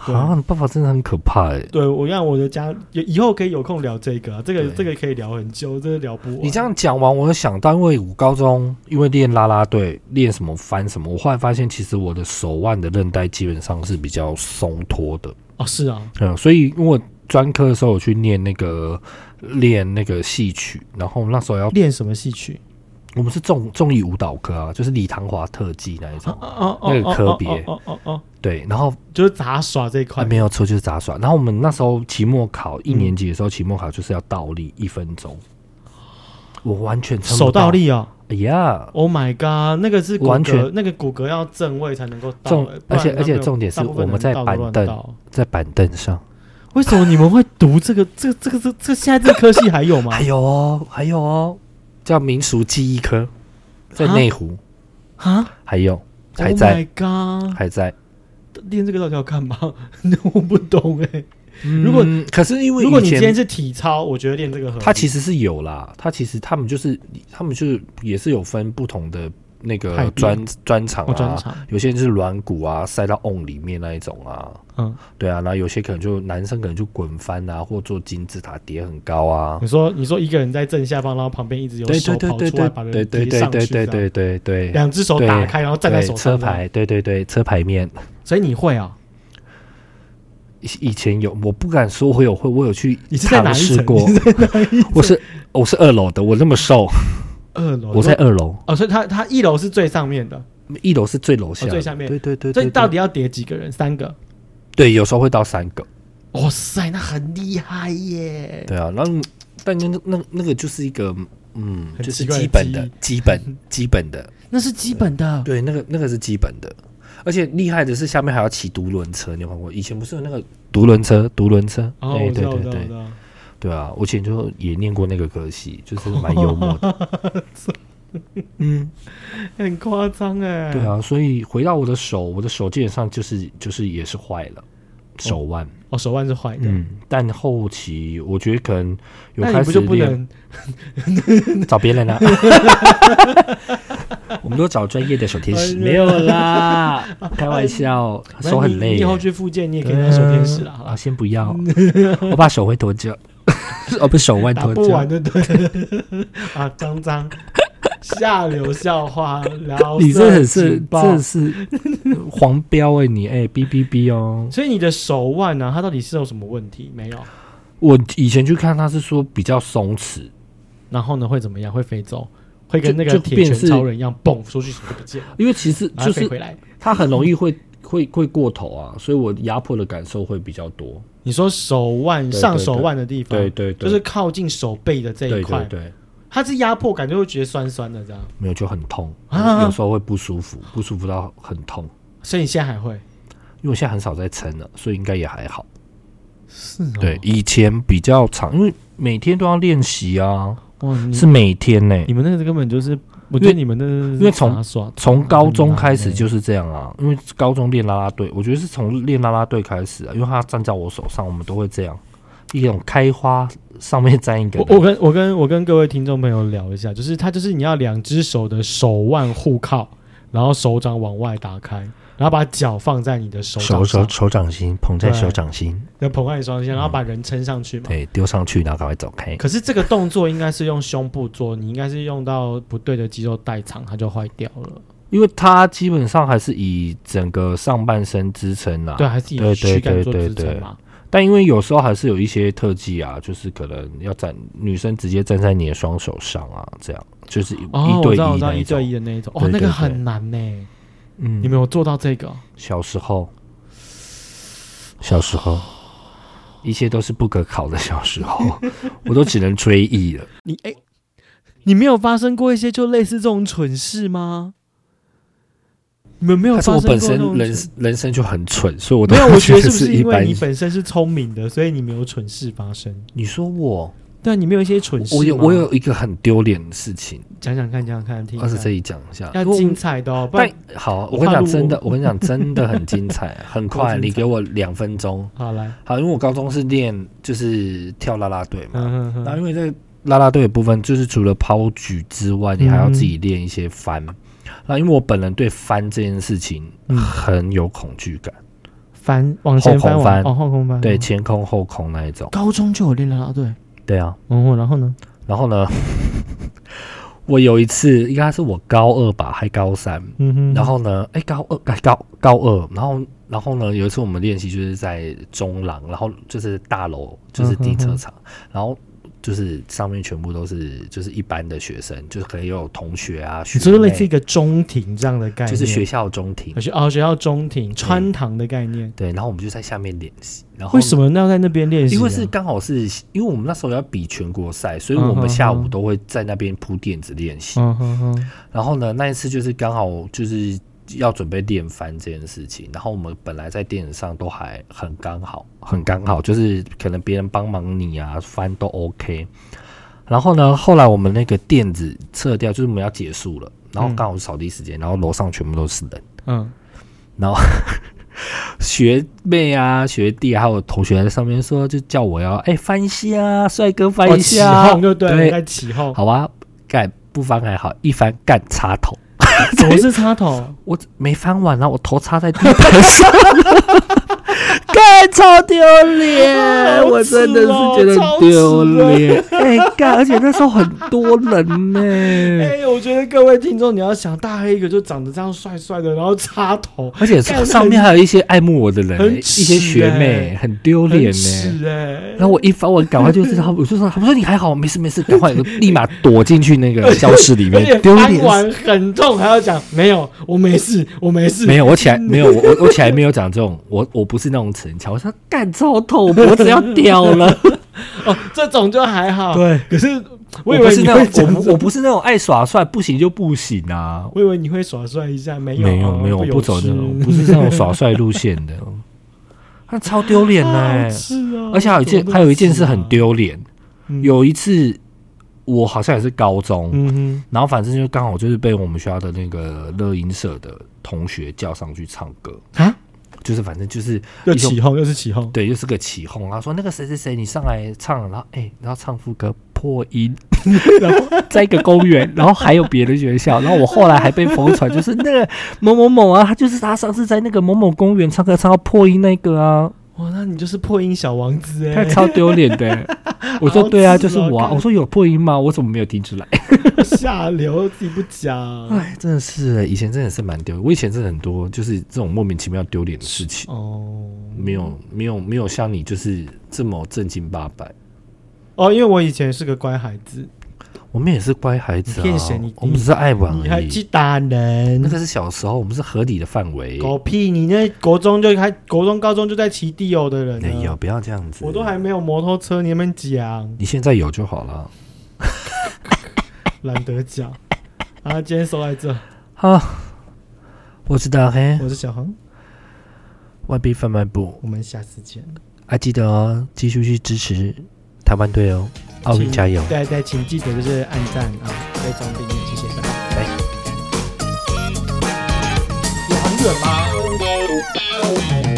[SPEAKER 2] 对
[SPEAKER 1] 啊！你爸爸真的很可怕哎！
[SPEAKER 2] 对，我让我的家以以后可以有空聊这个、啊，这个
[SPEAKER 1] 对
[SPEAKER 2] 这个可以聊很久，真的聊不完。
[SPEAKER 1] 你这样讲完，我有想到，因为我高中因为练啦啦队，练什么翻什么，我后来发现其实我的手腕的韧带基本上是比较松脱的，
[SPEAKER 2] 哦，是啊，
[SPEAKER 1] 嗯，所以因为我专科的时候我去念那个练那个戏曲，然后那时候要
[SPEAKER 2] 练什么戏曲？
[SPEAKER 1] 我们是重重艺舞蹈科啊，就是李唐华特技那一 种，
[SPEAKER 2] 哦
[SPEAKER 1] 那个科别
[SPEAKER 2] 哦哦哦，
[SPEAKER 1] 对，然后
[SPEAKER 2] 就是杂耍这一
[SPEAKER 1] 啊
[SPEAKER 2] 块。
[SPEAKER 1] 没有错就是杂耍，然后我们那时候期末考一
[SPEAKER 2] 嗯
[SPEAKER 1] 年级的时候，期末考就是要倒立一分钟，我完全撑不
[SPEAKER 2] 手倒，立哦
[SPEAKER 1] 哎呀，
[SPEAKER 2] ，Oh my god，那个是骨
[SPEAKER 1] 完全
[SPEAKER 2] 骼，那个骨骼要正位才能够倒
[SPEAKER 1] 重
[SPEAKER 2] 欸，不
[SPEAKER 1] 而
[SPEAKER 2] 然
[SPEAKER 1] 且
[SPEAKER 2] 他没有
[SPEAKER 1] 而且重点是
[SPEAKER 2] 大部分
[SPEAKER 1] 我们在
[SPEAKER 2] 人倒都
[SPEAKER 1] 板
[SPEAKER 2] 乱
[SPEAKER 1] 凳
[SPEAKER 2] 倒
[SPEAKER 1] 在板凳上。
[SPEAKER 2] 为什么你们会读这个？这这个这这现在这科系还有吗？
[SPEAKER 1] 还有哦，还有哦，叫民俗记忆科，在
[SPEAKER 2] 啊
[SPEAKER 1] 内湖，
[SPEAKER 2] 啊
[SPEAKER 1] 还有还
[SPEAKER 2] Oh
[SPEAKER 1] 在
[SPEAKER 2] my god！
[SPEAKER 1] 还在。
[SPEAKER 2] 练这个到底要干嘛？我不懂哎、
[SPEAKER 1] 如
[SPEAKER 2] 果
[SPEAKER 1] 可是因为
[SPEAKER 2] 如果
[SPEAKER 1] 以
[SPEAKER 2] 你今
[SPEAKER 1] 前
[SPEAKER 2] 天是体操，我觉得练这个很
[SPEAKER 1] 他其实是有啦，他其实他们就是他们就是也是有分不同的那
[SPEAKER 2] 派
[SPEAKER 1] 个
[SPEAKER 2] 别
[SPEAKER 1] 专专场
[SPEAKER 2] 我专
[SPEAKER 1] 啊，
[SPEAKER 2] 场，
[SPEAKER 1] 有些人是软骨啊塞到瓮里面那一种啊，
[SPEAKER 2] 嗯，
[SPEAKER 1] 对啊，然后有些可能就男生可能就滚翻啊，或做金字塔叠很高啊，
[SPEAKER 2] 你说你说一个人在正下方，然后旁边一直有
[SPEAKER 1] 对
[SPEAKER 2] 手
[SPEAKER 1] 对
[SPEAKER 2] 跑
[SPEAKER 1] 对对
[SPEAKER 2] 出来把人
[SPEAKER 1] 对对对
[SPEAKER 2] 提上
[SPEAKER 1] 对
[SPEAKER 2] 去，
[SPEAKER 1] 对
[SPEAKER 2] 这样
[SPEAKER 1] 对对对
[SPEAKER 2] 两只手打开，然后站在
[SPEAKER 1] 对
[SPEAKER 2] 手
[SPEAKER 1] 车
[SPEAKER 2] 上这样，
[SPEAKER 1] 牌，对对对车牌面。
[SPEAKER 2] 所以你会啊？
[SPEAKER 1] 以以前有，我不敢说我有会，我有去
[SPEAKER 2] 你是在哪
[SPEAKER 1] 尝
[SPEAKER 2] 一
[SPEAKER 1] 试
[SPEAKER 2] 层？
[SPEAKER 1] 过
[SPEAKER 2] 你。是在哦哪一层？
[SPEAKER 1] 我是我是二楼的，我那么瘦，
[SPEAKER 2] 二楼，
[SPEAKER 1] 我在二楼，
[SPEAKER 2] 哦，所以他他一楼是最上面的，
[SPEAKER 1] 一楼是最楼下的，
[SPEAKER 2] 哦最下面
[SPEAKER 1] 对对对
[SPEAKER 2] 所以
[SPEAKER 1] 对，
[SPEAKER 2] 到
[SPEAKER 1] 对
[SPEAKER 2] 底要叠几个人？三个。
[SPEAKER 1] 对，有时候会到三个，
[SPEAKER 2] 哇塞，那很厉害耶！
[SPEAKER 1] 对啊，然后但那那那那个就是一个嗯，
[SPEAKER 2] 很
[SPEAKER 1] 就是
[SPEAKER 2] 奇怪的
[SPEAKER 1] 基本的
[SPEAKER 2] 记
[SPEAKER 1] 基本基本的，
[SPEAKER 2] 那是基本的，
[SPEAKER 1] 对，那个那个是基本的，而且厉害的是下面还要骑独轮车，你有看过？以前不是有那个独轮车，独轮车，
[SPEAKER 2] 哦，
[SPEAKER 1] 对
[SPEAKER 2] 我知
[SPEAKER 1] 对
[SPEAKER 2] 道，我
[SPEAKER 1] 对
[SPEAKER 2] 知道，我
[SPEAKER 1] 对
[SPEAKER 2] 知，道。
[SPEAKER 1] 对啊，我以前就也念过那个科系，就是蛮幽默 的，嗯。
[SPEAKER 2] 很夸张哎。
[SPEAKER 1] 对，啊，所以回到我的手，我的手基本上就是就是也是坏了，手腕。
[SPEAKER 2] 哦，手腕是坏的。
[SPEAKER 1] 嗯，但后期我觉得可能有
[SPEAKER 2] 那
[SPEAKER 1] 开
[SPEAKER 2] 你不
[SPEAKER 1] 始
[SPEAKER 2] 就不
[SPEAKER 1] 练
[SPEAKER 2] 能？
[SPEAKER 1] 找别 人啊，我们都找专业的手天使，没有啦，开玩笑，
[SPEAKER 2] 哎那
[SPEAKER 1] 手
[SPEAKER 2] 你
[SPEAKER 1] 很累耶。
[SPEAKER 2] 你以后去复健，你也可以当手天使啦。好
[SPEAKER 1] 啊，
[SPEAKER 2] 啦
[SPEAKER 1] 先不要，我怕手会脱臼， 哦，不，手腕
[SPEAKER 2] 打
[SPEAKER 1] 脱
[SPEAKER 2] 不完
[SPEAKER 1] 臼。
[SPEAKER 2] 就对了 啊，脏脏下流笑话，然 后
[SPEAKER 1] 你这很是
[SPEAKER 2] 情报
[SPEAKER 1] 这是 黄标哎、你哎、哔哔哔哦。
[SPEAKER 2] 所以你的手腕呢、它到底是有什么问题没有？
[SPEAKER 1] 我以前去看他是说比较松弛，
[SPEAKER 2] 然后呢会怎么样？会飞走，会跟那个
[SPEAKER 1] 就就
[SPEAKER 2] 铁
[SPEAKER 1] 变
[SPEAKER 2] 拳
[SPEAKER 1] 是
[SPEAKER 2] 超人一样蹦出去，什么都不见了，
[SPEAKER 1] 因为其实
[SPEAKER 2] 然
[SPEAKER 1] 就
[SPEAKER 2] 后飞
[SPEAKER 1] 是
[SPEAKER 2] 回来。
[SPEAKER 1] 它很容易会会会过头啊，所以我压迫的感受会比较多。
[SPEAKER 2] 你说手腕
[SPEAKER 1] 对对
[SPEAKER 2] 上手腕的地方，
[SPEAKER 1] 对对对，
[SPEAKER 2] 就是靠近手背的这一
[SPEAKER 1] 对
[SPEAKER 2] 块，
[SPEAKER 1] 对对，
[SPEAKER 2] 它是压迫感，就会觉得酸酸的这样。
[SPEAKER 1] 没有就很痛，
[SPEAKER 2] 啊
[SPEAKER 1] 有时候会不舒服，不舒服到很痛。
[SPEAKER 2] 所以你现在还会
[SPEAKER 1] 因为我现在很少在撑了，所以应该也还好。
[SPEAKER 2] 是、哦？
[SPEAKER 1] 对，，以前比较长，因为每天都要练习啊，
[SPEAKER 2] 哇，你
[SPEAKER 1] 是每天呢、
[SPEAKER 2] 你们那个根本就是，我
[SPEAKER 1] 因
[SPEAKER 2] 觉
[SPEAKER 1] 为
[SPEAKER 2] 得你们那个是
[SPEAKER 1] 因为从
[SPEAKER 2] 杂耍
[SPEAKER 1] 从高中开始就是这样啊，因为高中练啦啦队，我觉得是从练啦啦队开始啊，因为它站在我手上，我们都会这样，一种开花上面沾一个
[SPEAKER 2] 我我跟我跟我跟各位听众朋友聊一下，就是他就是你要两只手的手腕互靠，然后手掌往外打开，然后把脚放在你的手
[SPEAKER 1] 手
[SPEAKER 2] 掌
[SPEAKER 1] 手
[SPEAKER 2] 上，
[SPEAKER 1] 手掌心捧在手掌心，
[SPEAKER 2] 要捧在你手掌心，然后
[SPEAKER 1] 嗯
[SPEAKER 2] 把人撑上去嘛。
[SPEAKER 1] 对，丢上去，然后赶快走开。
[SPEAKER 2] 可是这个动作应该是用胸部做，你应该是用到不对的肌肉代偿，它就坏掉了。
[SPEAKER 1] 因为它基本上还是以整个上半身支撑啊啦、
[SPEAKER 2] 对，，还是以
[SPEAKER 1] 对
[SPEAKER 2] 躯干
[SPEAKER 1] 对
[SPEAKER 2] 做
[SPEAKER 1] 对
[SPEAKER 2] 支
[SPEAKER 1] 对
[SPEAKER 2] 撑嘛？
[SPEAKER 1] 但因为有时候还是有一些特技啊，就是可能要站女生直接站在你的双手上啊，这样就是一,、
[SPEAKER 2] 哦，我
[SPEAKER 1] 对
[SPEAKER 2] 知道，我
[SPEAKER 1] 一
[SPEAKER 2] 知道
[SPEAKER 1] 那
[SPEAKER 2] 一
[SPEAKER 1] 一
[SPEAKER 2] 对一
[SPEAKER 1] 种。
[SPEAKER 2] 的那一种，哦，
[SPEAKER 1] 对
[SPEAKER 2] 那
[SPEAKER 1] 对
[SPEAKER 2] 个
[SPEAKER 1] 对
[SPEAKER 2] 很难呢。你
[SPEAKER 1] 嗯，
[SPEAKER 2] 没有做到这个，
[SPEAKER 1] 小时候，小时 候，一切都是不可考的。小时候， 我都只能追忆了。
[SPEAKER 2] 你哎，你没有发生过一些就类似这种蠢事吗？你们没有
[SPEAKER 1] 但
[SPEAKER 2] 发
[SPEAKER 1] 是我
[SPEAKER 2] 生过
[SPEAKER 1] 本
[SPEAKER 2] 这
[SPEAKER 1] 身
[SPEAKER 2] 种
[SPEAKER 1] 人
[SPEAKER 2] 蠢
[SPEAKER 1] 人生就很蠢，所以我都
[SPEAKER 2] 没有，我觉得
[SPEAKER 1] 是
[SPEAKER 2] 是不是
[SPEAKER 1] 一
[SPEAKER 2] 因为
[SPEAKER 1] 般
[SPEAKER 2] 你。本身是聪明的，所以你没有蠢事发生？
[SPEAKER 1] 你说我，
[SPEAKER 2] 对啊，你没有一些蠢事吗
[SPEAKER 1] 我有我有一个很丢脸的事情，
[SPEAKER 2] 讲讲看，讲讲看，听一
[SPEAKER 1] 但是
[SPEAKER 2] 下
[SPEAKER 1] 这里讲一下。因为
[SPEAKER 2] 要
[SPEAKER 1] 啊我
[SPEAKER 2] 精彩的哦，不然
[SPEAKER 1] 但好，
[SPEAKER 2] 我
[SPEAKER 1] 我跟你
[SPEAKER 2] 怕
[SPEAKER 1] 讲，
[SPEAKER 2] 录
[SPEAKER 1] 真的，我跟你讲，真的很精彩，很 快，
[SPEAKER 2] 精彩
[SPEAKER 1] 你给我两分钟。
[SPEAKER 2] 好来，
[SPEAKER 1] 好，因为我高中是练就是跳啦啦队嘛，
[SPEAKER 2] 嗯哼
[SPEAKER 1] 然后
[SPEAKER 2] 哼，
[SPEAKER 1] 因为这个啦啦队的部分，就是除了抛举之外，你还要自己练一些翻。那、因为我本人对翻这件事情
[SPEAKER 2] 嗯
[SPEAKER 1] 很有恐惧感，
[SPEAKER 2] 翻往前
[SPEAKER 1] 后空
[SPEAKER 2] 翻，往
[SPEAKER 1] 翻
[SPEAKER 2] 哦后空翻，
[SPEAKER 1] 对
[SPEAKER 2] 哦
[SPEAKER 1] 前空后空那一种。
[SPEAKER 2] 高中就有练啦啦队，
[SPEAKER 1] 对啊，
[SPEAKER 2] 哦，然后呢，
[SPEAKER 1] 然后呢， 我有一次应该是我高二吧，还高三，
[SPEAKER 2] 嗯哼，
[SPEAKER 1] 然后呢，哎、高二，哎高高二，然后然后呢，有一次我们练习就是在中廊，然后就是大楼，
[SPEAKER 2] 嗯
[SPEAKER 1] 就是停车场，然后就是上面全部都是就是一般的学生，就是可能也有同学啊，学
[SPEAKER 2] 你说类
[SPEAKER 1] 妹
[SPEAKER 2] 似一个中庭这样的概念，
[SPEAKER 1] 就是学校中庭
[SPEAKER 2] 啊，学哦学校中庭穿堂的概念，
[SPEAKER 1] 对，然后我们就在下面练习，然后
[SPEAKER 2] 为什
[SPEAKER 1] 么？
[SPEAKER 2] 么要在那边练习啊？
[SPEAKER 1] 因为是刚好是因为我们那时候要比全国赛，所以我
[SPEAKER 2] 嗯嗯
[SPEAKER 1] 们
[SPEAKER 2] 嗯
[SPEAKER 1] 下午都会在那边铺垫子练习。
[SPEAKER 2] 嗯哼哼，
[SPEAKER 1] 然后呢，那一次就是刚好就是要准备练翻这件事情，然后我们本来在电影上都还很刚好，很刚好，就是可能别人帮忙你啊翻都 OK。然后呢，后来我们那个垫子撤掉，就是我们要结束了，然后
[SPEAKER 2] 嗯
[SPEAKER 1] 刚好是扫地时间，然后楼上全部都是人，
[SPEAKER 2] 嗯，
[SPEAKER 1] 然后学妹啊、学弟啊还有同学在上面说，就叫我要哎、翻一下，帅哥翻
[SPEAKER 2] 哦
[SPEAKER 1] 一
[SPEAKER 2] 起
[SPEAKER 1] 下，
[SPEAKER 2] 哄就对了，
[SPEAKER 1] 啊对
[SPEAKER 2] 在起哄，
[SPEAKER 1] 好吧，干不翻还好，一翻干插头。
[SPEAKER 2] 怎么是插头？
[SPEAKER 1] 我没翻完啊，我头插在地板 上，干超丢脸，
[SPEAKER 2] 好
[SPEAKER 1] 我真的是觉得很丢脸。 哎干，而且那时候很多人呢、
[SPEAKER 2] 哎、我觉得各位听众，你要想大黑一个就长得这样帅帅的，然后插头，
[SPEAKER 1] 而且上面还有一些爱慕我的人、
[SPEAKER 2] 很
[SPEAKER 1] 一
[SPEAKER 2] 耻
[SPEAKER 1] 些学妹，
[SPEAKER 2] 欸
[SPEAKER 1] 哎很丢脸呢。
[SPEAKER 2] 是哎、
[SPEAKER 1] 然后我一翻，我赶快就是他，我就说，我说你还好，没事没事，赶快立马躲进去那 个教室里
[SPEAKER 2] 而
[SPEAKER 1] 面
[SPEAKER 2] 且，
[SPEAKER 1] 丢
[SPEAKER 2] 翻
[SPEAKER 1] 脸死。
[SPEAKER 2] 完很痛，还要讲没有，我没事，我没事，嗯
[SPEAKER 1] 没有，我起来没有，我我我起来没有讲这种，我我不是那种逞强，我说干超痛，我脖子要掉了。
[SPEAKER 2] 哦，这种就还好。，
[SPEAKER 1] 对，
[SPEAKER 2] 可是我以
[SPEAKER 1] 不
[SPEAKER 2] 为
[SPEAKER 1] 是
[SPEAKER 2] 你
[SPEAKER 1] 那
[SPEAKER 2] 会
[SPEAKER 1] 种，
[SPEAKER 2] 讲
[SPEAKER 1] 我
[SPEAKER 2] 这
[SPEAKER 1] 不我不是那种爱耍帅，不行就不行啊。
[SPEAKER 2] 我以为你会耍帅一下，没有，
[SPEAKER 1] 没有
[SPEAKER 2] 哦
[SPEAKER 1] 没有，我
[SPEAKER 2] 有
[SPEAKER 1] 不走那种，
[SPEAKER 2] 事
[SPEAKER 1] 不是那种耍帅路线 的，那超丢脸
[SPEAKER 2] 啊
[SPEAKER 1] 呢。
[SPEAKER 2] 是啊，
[SPEAKER 1] 而且还有一件，
[SPEAKER 2] 怎么那么
[SPEAKER 1] 还有一件事
[SPEAKER 2] 耻啊
[SPEAKER 1] 很，丢脸。
[SPEAKER 2] 嗯，
[SPEAKER 1] 有一次，我好像也是高中，
[SPEAKER 2] 嗯
[SPEAKER 1] 然后反正就刚好就是被我们学校的那个乐音社的同学叫上去唱歌，
[SPEAKER 2] 哼，啊，
[SPEAKER 1] 就是反正就是
[SPEAKER 2] 又
[SPEAKER 1] 一种
[SPEAKER 2] 起哄，又是起哄，
[SPEAKER 1] 对，又是个起哄，然后说那个谁谁谁，你上来唱，然后哎、然后唱副歌破音， 然后在一个公园，然后还有别的学校，然后我后来还被疯传，就是那个某某某啊，他就是他上次在那个某某公园唱歌唱到破音那个啊，
[SPEAKER 2] 哇，那你就是破音小王子哎、
[SPEAKER 1] 他超丢脸的、我说
[SPEAKER 2] 好
[SPEAKER 1] 对啊，
[SPEAKER 2] 耻
[SPEAKER 1] 就是
[SPEAKER 2] 哦
[SPEAKER 1] 我、啊，
[SPEAKER 2] 干
[SPEAKER 1] 我说有破音吗？我怎么没有听出来？
[SPEAKER 2] 下流，自己不讲。
[SPEAKER 1] 哎，真的是、以前真的是蛮丢，我以前真的很多就是这种莫名其妙丢脸的事情，
[SPEAKER 2] 哦，
[SPEAKER 1] 没有没有没有像你就是这么正经八百。
[SPEAKER 2] 哦，因为我以前是个乖孩子，
[SPEAKER 1] 我们也是乖孩子
[SPEAKER 2] 你骗
[SPEAKER 1] 啊
[SPEAKER 2] 谁你，
[SPEAKER 1] 我们只是爱玩
[SPEAKER 2] 你还
[SPEAKER 1] 而
[SPEAKER 2] 去
[SPEAKER 1] 已。那
[SPEAKER 2] 打人？
[SPEAKER 1] 个是小时候，我们是合理的范围。
[SPEAKER 2] 狗屁！你那国中就还国中、高中就在骑地友的人
[SPEAKER 1] 哎呦，
[SPEAKER 2] 了，
[SPEAKER 1] 不要这样子！
[SPEAKER 2] 啊我都还没有摩托车，你们讲
[SPEAKER 1] 你现在有就好了。
[SPEAKER 2] 懒得讲。啊，今天收在这，
[SPEAKER 1] 好，我是大黑，
[SPEAKER 2] 我是小恒，
[SPEAKER 1] 外币贩卖部，
[SPEAKER 2] 我们下次见。
[SPEAKER 1] 还记得哦，继续去支持台湾队哦，奥运
[SPEAKER 2] 请
[SPEAKER 1] 加油！
[SPEAKER 2] 对对，请记得就是按赞啊，追踪订阅，谢谢大家。
[SPEAKER 1] 来。
[SPEAKER 2] 有很远吗？